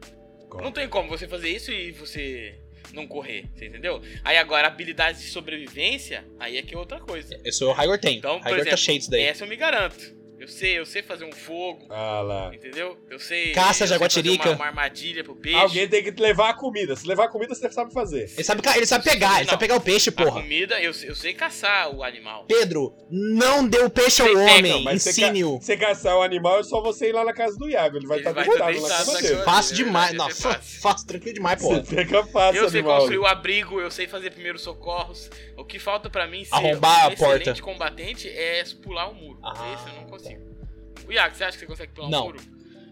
A: corre.
C: Não tem como você fazer isso e você não correr, você entendeu? Aí agora, habilidades de sobrevivência, aí é que é outra coisa.
B: Eu sou o Higor tem.
C: Então, por
B: Higor tá
C: exemplo,
B: cheio disso daí.
C: Essa eu me garanto. Eu sei, eu sei fazer um fogo,
A: Ah lá.
C: entendeu? Eu sei.
B: Caça
C: eu sei fazer
B: jaguatirica.
C: Uma, uma armadilha pro peixe.
A: Alguém tem que te levar a comida. Se levar a comida, você sabe fazer.
B: Ele sabe, ca- ele sabe pegar, ele
C: Não. Ah,
B: sabe pegar o peixe,
C: A
B: porra.
C: comida, eu, eu sei caçar o animal.
B: Pedro, não deu peixe ao
C: Você pega,
B: homem,
A: mas você
B: ensine-o.
A: Você caçar o animal é só você ir lá na casa do Iago. Ele vai
C: Ele
A: estar
C: vai
A: tá
C: tá
A: deitado na
C: deitado
A: cama
C: na
A: dele.
C: cama.
B: Fácil
C: Verdade,
B: demais,
C: é
B: não, fa-
C: fácil.
B: fácil, tranquilo demais,
A: Você
B: porra.
A: pega fácil,
C: Eu sei
A: animal.
C: construir o abrigo, eu sei fazer primeiros socorros. O que falta pra mim ser
B: Arrombar
C: um
B: a porta.
C: excelente combatente é pular um muro.
B: Ah,
C: Esse eu não consigo. O Iago, você acha que você consegue pular
B: Não.
C: um muro?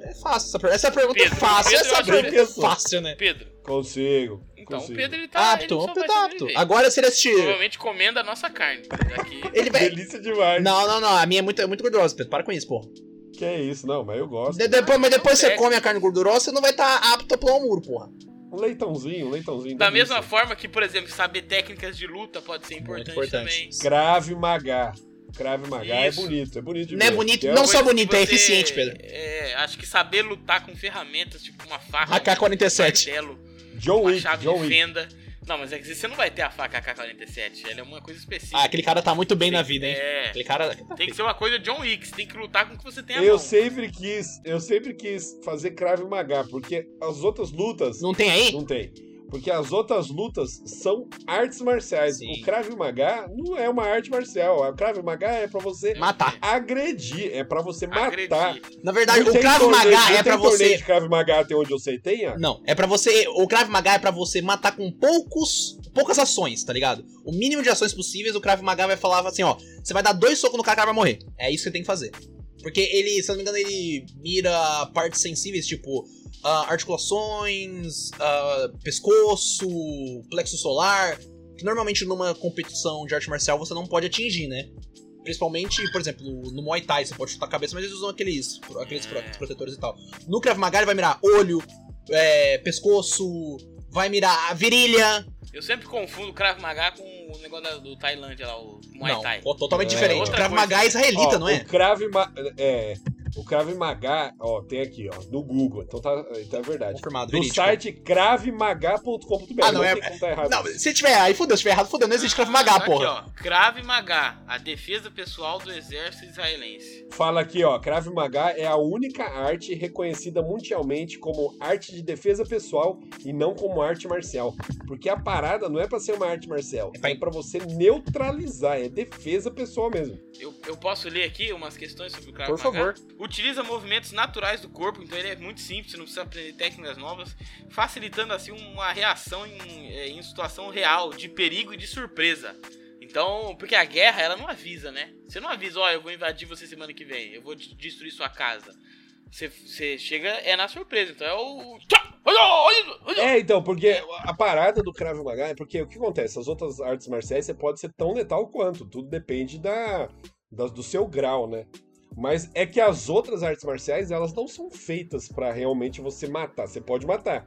B: É fácil, essa, per- essa pergunta
C: Pedro,
B: é fácil,
C: Pedro, eu
B: essa
C: acho
B: pergunta é
A: difícil.
B: fácil, né? Ah,
C: Pedro.
A: Consigo.
C: Então
A: consigo.
C: o Pedro ele tá.
B: Apto,
C: ele só vai
B: apto, apto.
C: sobreviver.
B: Agora se ele assistir...
C: Provavelmente comendo a nossa carne. Daqui.
B: Ele vai...
A: Delícia demais.
B: Não, não, não, a minha é muito, é muito gordurosa, Pedro, para com isso, porra.
A: Que é isso, não, mas eu gosto.
B: De- depois, mas depois você
A: É.
C: acontece.
B: come a carne gordurosa, você não vai estar apto a pular um muro, porra.
A: Um leitãozinho, um leitãozinho.
C: Da
A: delícia.
C: mesma forma que, por exemplo, saber técnicas de luta pode ser É importante, também.
A: Crave Magá. Crave Magá é
C: Isso.
A: bonito, é bonito de
B: Não é
A: ver.
B: bonito,
A: Que é
B: não
A: o-
B: só
C: Coisa que
B: bonito, é
C: você-
B: eficiente, Pedro.
C: É, acho que saber lutar com ferramentas, tipo uma faca, um
B: AK-47.
C: martelo,
A: John
C: uma
A: Wick,
C: chave
A: John
C: de
A: Wick.
C: fenda. Não, mas é que você não vai ter a faca AK-47, ela é uma coisa específica.
B: Ah, aquele cara tá muito bem na vida, hein?
C: É,
B: Aquele cara...
C: tem que ser uma coisa John Wick, você tem que lutar com o que você tem a
A: Eu
C: mão.
A: sempre quis, eu sempre quis fazer Crave Magá, porque as outras lutas
B: Não tem aí?
A: não tem. Porque as outras lutas são artes marciais.
B: Sim.
A: O Crave Magá não é uma arte marcial. O Crave Magá é pra você
B: Matar.
A: agredir, é pra você
C: Agredir.
A: matar.
B: Na verdade,
A: Não
B: o
A: tem
B: Krav
A: torneio-
B: Maga
A: não
B: é
A: tem
B: pra
A: torneio
B: você.
A: de Krav Maga até onde eu sei, tem? Iago?
B: Não, é pra você. O Krav Maga é pra você matar com poucos, poucas ações, tá ligado? O mínimo de ações possíveis, o Krav Maga vai falar assim, ó, você vai dar dois socos no cara, o cara vai morrer. É isso que você tem que fazer. Porque ele, se eu não me engano, ele mira partes sensíveis, tipo ah, articulações, ah, pescoço, plexo solar, que normalmente numa competição de arte marcial você não pode atingir, né? Principalmente, por exemplo, no Muay Thai você pode chutar a cabeça, mas eles usam aqueles, aqueles
C: É.
B: pro- protetores e tal. No Krav Maga ele vai mirar olho, é, pescoço, vai mirar a virilha.
C: Eu sempre confundo o Krav Maga com o negócio da- do Tailândia lá, o Muay
B: não,
C: Thai.
B: totalmente
A: É,
B: diferente.
C: outra
B: Krav
C: coisa.
B: Maga é israelita,
A: Ó,
B: não é?
A: O Krav, Ma- é, o Krav Maga, ó, tem aqui, ó, no Google. Então tá, então é verdade.
B: Confirmado,
A: Do
B: verídico.
A: site kravmaga.com.br.
B: Ah, não, é-
A: tem como tá errado.
B: Não, se tiver aí, fudeu, se tiver errado, fudeu, não existe Krav Maga,
C: Ah, tá aqui,
B: porra.
C: ó, Krav Maga, a defesa pessoal do exército israelense.
A: Fala aqui, ó, Krav Maga é a única arte reconhecida mundialmente como arte de defesa pessoal e não como arte marcial. Porque a parada não é pra ser uma arte marcial,
B: É pra-
A: é pra você neutralizar, é defesa pessoal mesmo.
C: Eu, Eu posso ler aqui umas questões sobre o Krav
B: Por
C: Maga?
B: favor.
C: Utiliza movimentos naturais do corpo, então ele é muito simples, você não precisa aprender técnicas novas, facilitando assim uma reação em, eh, em situação real, de perigo e de surpresa. Então, porque a guerra, ela não avisa, né? Você não avisa, ó, eu vou invadir você semana que vem, eu vou de- destruir sua casa. Você, você chega, é na surpresa, então é o... Tchá! Olha, olha, olha!
A: É, então, porque a parada do Krav Maga é porque o que acontece? As outras artes marciais você pode ser tão letal quanto, tudo depende da, da- do seu grau, né? Mas é que as outras artes marciais, elas não são feitas pra realmente você matar. Você pode matar,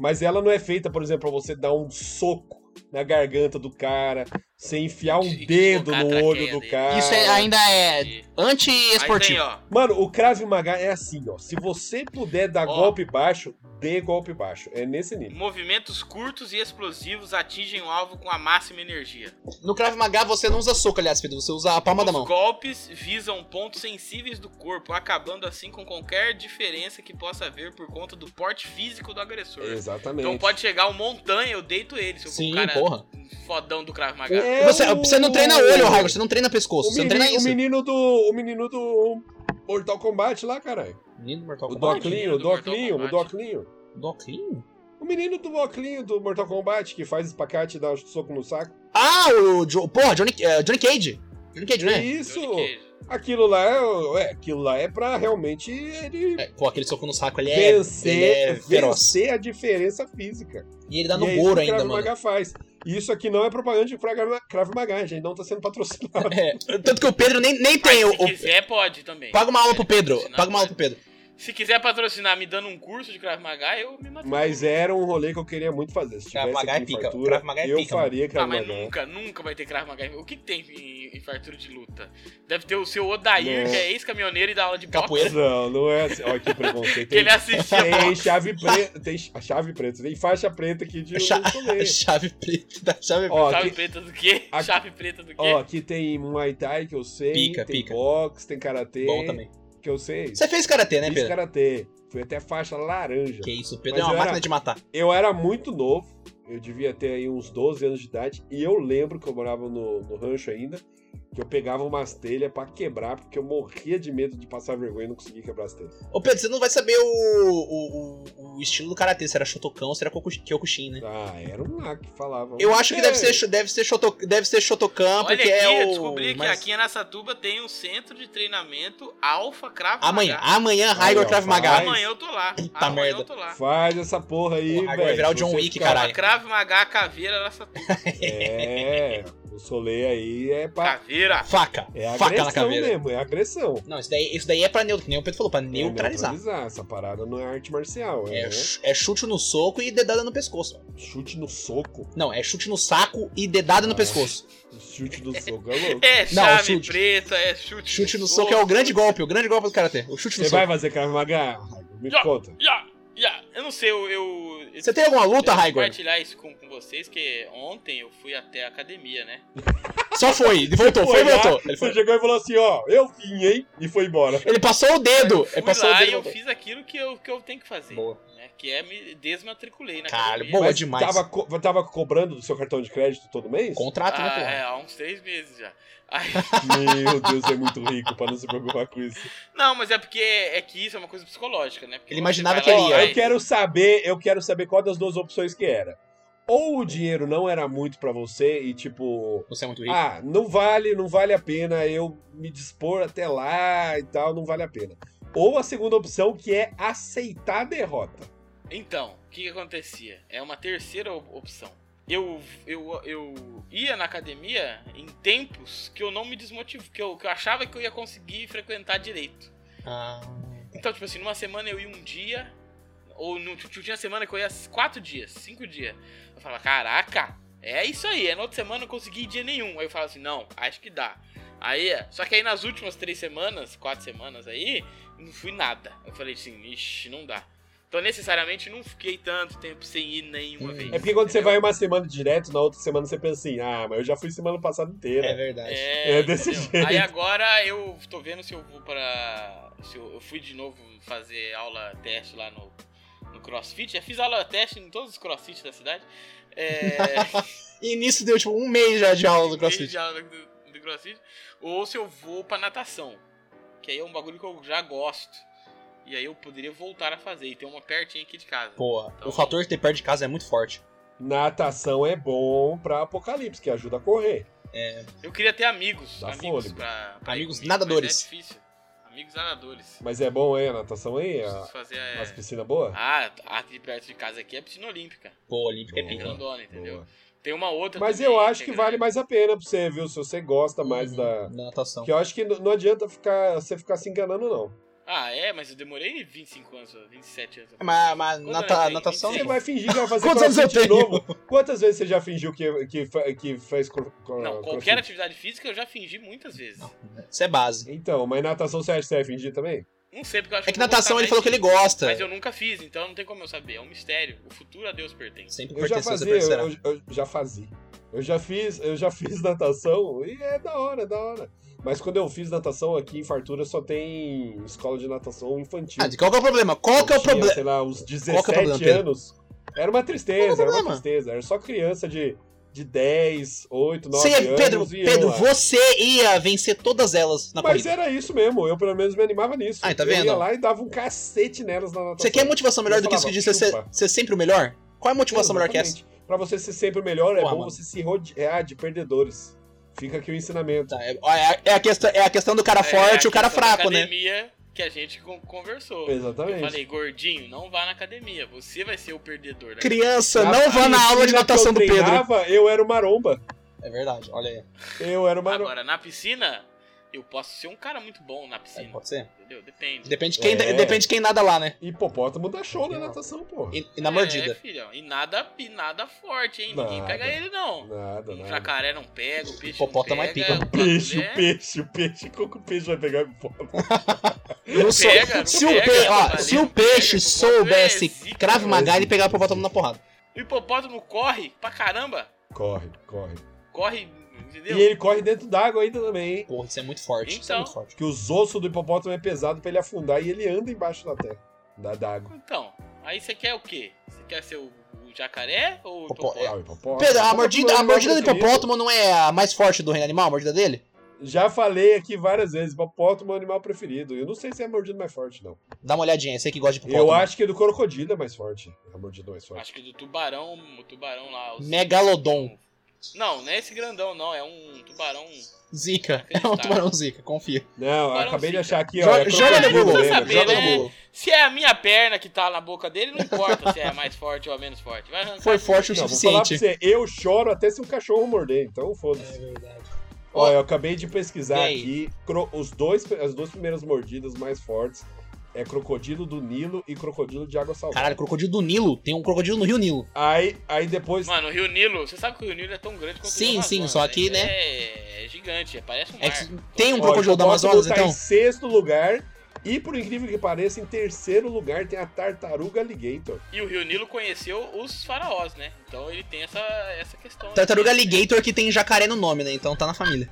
A: mas ela não é feita, por exemplo, pra você dar um soco na garganta do cara, você enfiar um
C: E
A: dedo
C: deslocar a
A: no olho
C: traqueia
A: do
C: dele.
A: cara.
E: Isso é- ainda é
C: Aí tem,
E: anti-esportivo.
C: ó,
A: Mano, o Krav Maga é assim, ó. Se você puder dar
C: Ó.
A: golpe baixo, dê golpe baixo. É nesse nível.
C: movimentos curtos e explosivos atingem o alvo com a máxima energia.
B: No Krav Maga você não usa soco, aliás, Pedro. Você usa a palma da
C: Os
B: mão.
C: golpes visam pontos sensíveis do corpo, acabando assim com qualquer diferença que possa haver por conta do porte físico do agressor.
A: Exatamente.
C: Então pode chegar o montanha, eu deito ele, se eu for um
B: Sim,
C: cara
B: porra.
C: fodão do Krav Maga.
A: É
B: Você,
A: o-
B: você não treina olho, Raigor. Você não treina pescoço.
A: O
B: Você não
A: menino,
B: treina
A: o
B: é isso.
A: menino do. O menino do Mortal Kombat lá, caralho.
B: Menino do Mortal
A: O
B: Kombat?
A: Doclinho, o
C: do Mortal
A: Doclinho, o
C: Kombat.
A: Doclinho.
B: Doclinho?
A: O menino do Doclinho do Mortal Kombat que faz espacate e dá um soco no saco.
B: Ah, o. Jo- Porra, Johnny, eh, Johnny Cage. Johnny Cage, né?
A: Isso!
C: Johnny Cage.
A: Aquilo lá é, ué, aquilo lá é pra realmente ele
B: É, pô, aquele soco no saco ali é, ele
A: vencer,
B: é feroz.
A: vencer a diferença física.
B: E ele dá no
A: e é isso que
B: Goro
A: o Krav
B: ainda, mano.
A: Maga faz. E isso aqui não é propaganda de Krav Krav Maga, a gente não tá sendo patrocinado.
B: É, tanto que o Pedro nem, nem
C: Mas
B: tem. O,
C: se
B: o-
C: quiser, pode também.
B: paga uma aula pro
C: É,
B: Pedro.
C: patrocinar,
B: Paga uma aula
C: pode.
B: pro Pedro.
C: Se quiser patrocinar me dando um curso de Krav Maga, eu me mato.
B: é
A: Mas era um rolê que eu queria muito fazer. Se
B: Krav
A: tivesse
B: Maga
A: aqui
B: é
A: em
B: pica,
A: fartura,
B: Krav Maga né? é
A: eu
B: pica,
A: faria
C: Ah,
A: Krav
C: mas
A: Maga.
C: nunca, nunca vai ter Krav Maga. O que, que tem em, em fartura de luta? Deve ter o seu Odair,
A: Não.
C: que é ex-caminhoneiro e dá aula de
B: Né. Capoeira.
C: boxe.
A: Não, não é assim. Olha que preconceito.
C: Que
A: Tem,
C: ele é assistia
A: tem
C: boxe.
A: chave preta. Tem a chave preta. Tem faixa preta aqui de
B: É Cha-
A: rolê.
B: Chave preta da chave preta.
A: É. Ó,
C: Chave
A: aqui,
C: preta do quê?
A: Aqui-
C: Chave preta do quê?
A: ó, aqui tem Muay Thai que eu sei.
B: Pica,
A: tem
B: pica.
A: boxe, tem karatê.
B: Bom também.
A: Que eu sei.
B: Você fez karatê, né,
A: é. Fiz
B: Pedro?
A: karatê. Fui até faixa laranja.
B: Que isso, o Pedro
A: Mas
B: é uma
A: eu era-
B: máquina de matar.
A: Eu era muito novo. Eu devia ter aí uns 12 anos de idade. E eu lembro que eu morava no, no rancho ainda. Que eu pegava umas telhas pra quebrar, porque eu morria de medo de passar vergonha e não conseguia quebrar as telhas.
B: Ô Pedro, você não vai saber o, o, o- o estilo do karatê, se era Shotokan ou se era Kokush- Kyokushin, né?
A: Ah, era um lá que falava.
B: Eu acho que deve
A: É.
B: ser, sho- deve ser, Shotokan, deve ser Shotokan,
C: Olha
B: porque
C: aqui,
B: é
C: eu
B: o...
C: descobri
B: mas-
C: que aqui em Anasatuba tem um centro de treinamento Alpha Krav Maga.
B: Amanhã, amanhã, Raigor
A: ó,
B: Krav Maga.
A: faz.
C: Amanhã eu tô lá.
B: Puta
C: amanhã
B: merda.
C: eu tô lá.
A: Faz essa porra aí,
B: Porra,
A: velho.
B: agora vai virar o John
A: Você
B: Wick,
A: fica-
B: caralho.
C: Krav Maga, caveira, Anasatuba.
A: É, o solê aí é pra...
C: Caveira.
B: Faca,
A: É
B: faca na
A: agressão
B: caveira.
A: mesmo, é agressão.
B: Não, isso daí, isso daí é pra neutralizar, que nem o Pedro falou, pra
A: É
B: neutralizar.
A: Essa parada não é arte marcial, é,
B: É, ch- é chute no soco e dedada no pescoço.
A: chute no soco.
B: Não, é chute no saco e dedada no
A: Ah.
B: pescoço.
A: Chute no soco, é louco.
C: É
B: Não,
C: chave
B: chute.
C: preta, é chute.
B: Chute no soco é o grande golpe, o grande golpe do karatê. O chute no
A: Você vai
B: soco.
A: fazer Krav Maga? Me
C: Já.
A: conta.
C: Ya, ya. Eu não sei, eu. eu
B: Você tem alguma luta,
C: eu vou
B: Raigor?
C: compartilhar isso com, com vocês, que ontem eu fui até a academia, né?
B: Só foi, ele voltou, foi e
A: lá,
B: voltou. Ele,
A: Você
B: foi- É
A: chegou e falou assim, ó, eu vim, hein? E foi embora.
B: ele passou o dedo, ele
C: Fui
B: passou o
C: lá
B: dedo
C: e
B: e
C: eu
B: voltou.
C: fiz aquilo que eu, que eu tenho que fazer.
B: Boa.
C: né? Que é me desmatriculei na
B: Caralho,
C: academia.
B: boa
A: Mas
B: demais.
A: Tava, co- tava cobrando do seu cartão de crédito todo mês?
B: Contrato, né,
C: Ah,
B: porra?
C: é, há uns três meses já. Aí-
A: Meu Deus, é muito rico pra não se preocupar com isso.
C: não, mas é porque é que isso é uma coisa psicológica, né? Porque
B: Ele
C: quando
B: imaginava
C: você vai
A: Ó,
B: que
C: lá e
B: ele ia.
C: faz-
A: eu quero saber, eu quero saber qual das duas opções que era. Ou o dinheiro não era muito pra você e tipo,
B: Você é muito rico.
A: ah, não vale, não vale a pena eu me dispor até lá e tal, não vale a pena. Ou a segunda opção que é aceitar a derrota.
C: Então, o que, que acontecia? É uma terceira op- opção. Eu, eu, eu ia na academia em tempos que eu não me desmotivo, que eu, que eu achava que eu ia conseguir frequentar direito.
B: Ah,
C: Então, tipo assim, numa semana eu ia um dia, ou no, tipo, tinha semana que eu ia quatro dias, cinco dias. Eu falava, caraca, é isso aí. Aí na outra semana eu não consegui ir dia nenhum. Aí eu falava assim, não, acho que dá. Aí, só que aí nas últimas três semanas, quatro semanas aí, não fui nada. Eu falei assim, ixi, não dá. Então necessariamente não fiquei tanto tempo sem ir nenhuma
B: Hum.
C: vez.
A: É porque quando você
C: entendeu?
A: vai uma semana direto, na outra semana você pensa assim, ah, mas eu já fui semana passada
B: é
A: inteira.
B: verdade.
C: É,
A: É desse
C: entendeu?
A: jeito.
C: Aí agora eu tô vendo se eu vou pra. Se eu, eu fui de novo fazer aula teste lá no, no CrossFit. Já fiz aula teste em todos os CrossFit da cidade. É.
B: E nisso deu tipo um mês já de aula do
C: fiz
B: CrossFit.
C: de aula do, do microcílios, ou se eu vou pra natação, que aí é um bagulho que eu já gosto. E aí eu poderia voltar a fazer, e tem uma pertinho aqui de casa.
B: Porra,
C: Então-
B: o fator de ter perto de casa é muito forte.
A: Natação é bom pra apocalipse, que ajuda a correr.
C: Eu queria ter amigos,
A: Dá
C: amigos
A: fôlego.
C: pra, pra
B: Amigos
C: ir comigo, mas
B: nadadores.
C: É difícil. Amigos nadadores.
A: Mas é bom, hein, a natação aí?
C: Preciso
A: A,
C: fazer é...
A: As piscinas boas?
C: Ah, aqui perto de casa aqui é piscina olímpica.
B: Pô, Olímpico é
C: É
A: Boa,
B: pica.
C: grandona, entendeu?
A: Boa.
C: Tem uma outra
A: Mas
C: também,
A: eu acho que
C: é
A: vale
C: grande.
A: mais a pena pra você, viu? Se você gosta mais
B: Uhum,
A: da.
B: da natação.
A: Que eu acho que n- não adianta ficar, você ficar se enganando, não.
C: Ah, é, mas eu demorei 25 anos, 27 anos.
B: É, Mas, mas
C: Quando
B: nata-
C: ela tem
B: natação.
A: Você
C: Sim.
A: vai fingir que vai fazer
B: um Quantos anos eu
A: crossfit de
B: tenho?
A: novo? Quantas vezes você já fingiu que, que, fa- que fez cro- cro-
C: Não,
A: crossfit?
C: qualquer atividade física eu já fingi muitas vezes. Não,
B: Isso é base.
A: Então, mas natação você acha que você vai fingir também?
C: sei porque eu acho
B: É que
C: eu vou
B: natação
C: gostar
B: ele falou
C: mais
B: que ele
C: disso.
B: gosta.
C: Mas eu nunca fiz, então não tem como eu saber. É um mistério. O futuro a Deus pertence.
B: Sempre
A: Eu já
B: pertenceu, você
A: fazia,
B: pertencerá.
A: eu, eu já fazia. Eu já fiz, eu já fiz natação e é da hora, é da hora. Mas quando eu fiz natação aqui em Fartura só tem escola de natação infantil.
B: Ah, de qual que é o problema? Qual que é
A: Eu
B: o
A: tinha,
B: problema?
A: Sei lá, uns
B: Qual que é o
A: 17
B: problema, Pedro?
A: anos. Era uma
B: Qual que
A: tristeza,
B: é
A: era
B: o
A: uma
B: problema?
A: tristeza. Era só criança de, de 10, 8, 9
B: Você ia,
A: anos.
B: Pedro,
A: e eu
B: Pedro
A: lá.
B: você ia vencer todas elas na
A: Mas é,
B: corrida.
A: era isso mesmo, eu pelo menos me animava nisso.
B: Ai, tá
A: Eu
B: vendo?
A: ia lá e dava um cacete nelas na natação.
B: Você quer motivação melhor
A: Eu
B: do que isso que
A: falava,
B: diz ser, ser-
A: chupa.
B: ser sempre o melhor? Qual é a motivação melhor que essa?
A: Exatamente. Pra você ser sempre o melhor, é
B: Porra,
A: bom
B: mano.
A: você se rodear de perdedores. Fica aqui o ensinamento.
B: Tá, é, ó, é a- é a questão, é a questão do cara forte e o cara fraco, né?
C: academia que a gente con- conversou. Eu
A: Exatamente.
C: falei, gordinho, não vá na academia. Você vai ser o perdedor. da
B: Criança,
A: Na
B: não vá na aula de
A: piscina que
B: natação do
A: eu
B: Pedro.
A: treinava, Eu era o maromba.
B: É verdade, olha aí.
A: Eu era o maromba.
C: Agora, na piscina, eu posso ser um cara muito bom na piscina.
B: Pode ser?
C: entendeu? Depende.
B: Depende de quem,
A: É.
B: depende de quem nada lá, né?
A: Hipopótamo dá show na natação, porra.
B: E, e na
C: É,
B: mordida.
C: filhão. E nada, e nada forte, hein? Ninguém
A: Nada.
C: pega ele, não.
A: Nada,
C: Um
A: nada.
C: jacaré não pega, o peixe
B: Hipopótamo
C: não
B: é
C: pega.
B: pica.
C: o pato
A: Peixe,
C: é-
A: o peixe, o peixe. Como que o peixe vai pegar hipopótamo?
B: Eu não sou-
C: pega, não
B: se, o
C: pega,
B: pe- ó,
C: valeu,
B: se
C: não
B: o
C: pega,
B: peixe
C: hipopótamo é
B: soubesse
C: zica,
B: crave
C: velho.
B: magar, ele pegava pro botão na porrada.
C: O hipopótamo corre pra caramba.
A: Corre, corre.
C: Corre,
A: E
C: entendeu?
A: ele corre dentro d'água ainda também, hein?
B: Porra, isso é muito forte. Isso é
C: Então.
B: muito forte.
A: Porque os ossos do hipopótamo é pesado pra ele afundar e ele anda embaixo da terra. Da d'água.
C: Então, aí você quer o quê? Você quer ser o, o jacaré ou o
B: Popó-
C: hipopótamo?
A: Ah, o hipopótamo.
B: Pedro, a
A: Hipopótamo é
B: mordida,
A: o
B: a
A: meu
B: mordida do
A: preferido.
B: hipopótamo não é a mais forte do reino animal, a mordida dele?
A: Já falei aqui várias vezes, hipopótamo é o animal preferido. Eu não sei se é a mordida mais forte, não.
B: Dá uma olhadinha, você que gosta de hipopótamo.
A: Eu acho que do crocodilo é mais forte. A mordida mais forte.
C: Acho que do tubarão, o tubarão lá. os-
B: Megalodon.
C: Não, não é esse grandão, não. É um tubarão.
B: Zica. É um tubarão zica, confia.
A: Não, eu
C: Tubarão
A: acabei de
C: zica.
A: achar aqui, ó.
B: Joga,
A: é
B: joga no
A: crocodilo,
B: Google,
A: lembra?
C: saber,
B: joga
C: né?
B: no Google.
C: Se é a minha perna que tá na boca dele, não importa se é a mais forte ou a menos forte. Vai arrancar
B: Foi
C: tudo.
B: forte o
A: Não, vou falar pra você,
B: suficiente.
A: eu choro até se um cachorro morder, então
B: É
A: foda-se. Ó, eu acabei de
B: E
A: pesquisar
B: aí?
A: aqui, cro- os dois, as duas primeiras mordidas mais fortes é crocodilo do Nilo e crocodilo de água salgada.
B: Caralho, crocodilo do Nilo. Tem um crocodilo no Rio Nilo.
A: Aí, aí depois,
C: Mano, o Rio Nilo, você sabe que o Rio Nilo é tão grande quanto
B: Sim,
C: o Rio
B: sim,
C: Amazonas,
B: só aqui,
C: é- É, é gigante, é, parece um mar.
B: É que tem um
A: Ó,
B: crocodilo do
A: o hipopótamo
B: Amazonas,
A: tá
B: então?
A: em sexto lugar e, por incrível que pareça, em terceiro lugar tem a tartaruga alligator.
C: E o Rio Nilo conheceu os faraós, né? Então ele tem essa, essa questão.
B: Tartaruga alligator que tem jacaré no nome, né? Então tá na família.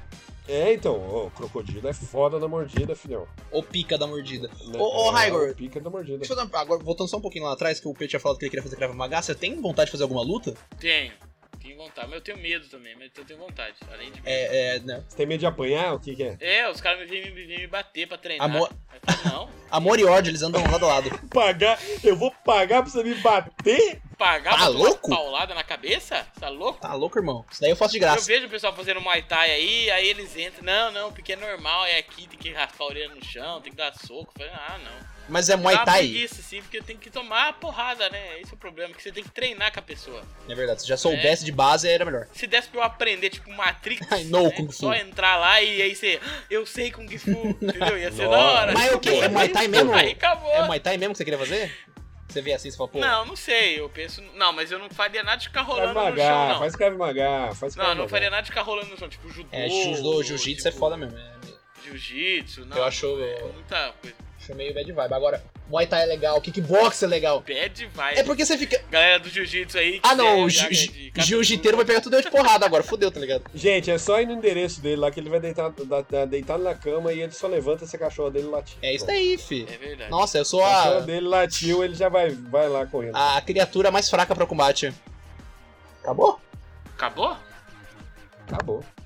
A: É, então, ó, o crocodilo é foda na mordida, filhão.
B: Ou pica da mordida.
A: Né?
B: Ô, ô,
A: É,
B: Raigor.
A: Pica da mordida.
B: Deixa eu dar, agora, voltando só um pouquinho lá atrás, que o Pedro tinha falado que ele queria fazer cravo magá, você tem vontade de fazer alguma luta?
C: Tenho. Tenho vontade. Mas eu tenho medo também, mas eu tenho vontade. Além de medo. É,
B: É, é, né?
A: Você tem medo de apanhar? O que que é?
C: os caras me vêm me, vêm me bater pra treinar.
B: Amor-
C: Eu falo, não,
B: Amor e ódio, eles andam lado a lado.
A: Pagar? Eu vou pagar pra você me bater?
C: pagar
B: Tá
C: pra tomar
B: louco?
C: paulada na cabeça? Tá louco?
B: Tá louco, irmão? Isso daí eu faço de
C: Eu
B: graça.
C: vejo o pessoal fazendo Muay Thai aí, aí eles entram. Não, não, porque é normal, é aqui, tem que raspar a orelha no chão, tem que dar soco. Eu falei, ah, não.
B: Mas é Muay
C: Dá uma
B: Thai.
C: preguiça, sim, porque tem que tomar a porrada, né? Esse é o problema, que você tem que treinar com a pessoa.
B: É verdade, se já soubesse de base, era melhor.
C: Se desse pra eu aprender, tipo, Matrix,
B: I know
C: né?
B: Kung Fu.
C: só entrar lá e aí você, "Ah, eu sei Kung Fu, entendeu? Ia ser da
A: Nossa.
C: hora.
B: Mas é o quê? É Muay Thai mesmo?
C: Aí acabou.
B: É Muay Thai mesmo que você queria fazer? Você vê assim e você fala, pô,
C: Não, não sei, eu penso... Não, mas eu não faria nada de ficar
A: Crave
C: rolando no chão,
A: Magá,
C: não.
A: faz Crave Magá, faz Krav
C: Não, não
A: Maga.
C: faria nada de ficar rolando no chão, tipo judô.
B: é, judô, jiu-jitsu é
C: tipo,
B: foda mesmo. É,
C: Jiu-jitsu, não.
B: Eu acho-
C: É muita coisa.
B: acho meio bad vibe. Agora, Muay Thai é legal, kickbox é legal.
C: Bad vibe.
B: É porque você fica...
C: Galera do jiu-jitsu aí... que
B: Ah não, o
C: serve
B: ju-
C: água
B: ju-
C: de catupiry.
B: jiu-jiteiro vai pegar tudo eu de porrada agora, fodeu, tá ligado?
A: Gente, é só ir no endereço dele lá que ele vai deitar, da- da- deitar na cama e ele só levanta se a cachorra dele latir.
B: É isso daí, fi.
C: É verdade.
B: Nossa, eu sou
A: A cachorra
B: a,
A: dele latiu, ele já vai, vai lá correndo.
B: a criatura mais fraca pra combate. Acabou?
C: Acabou?
A: Acabou.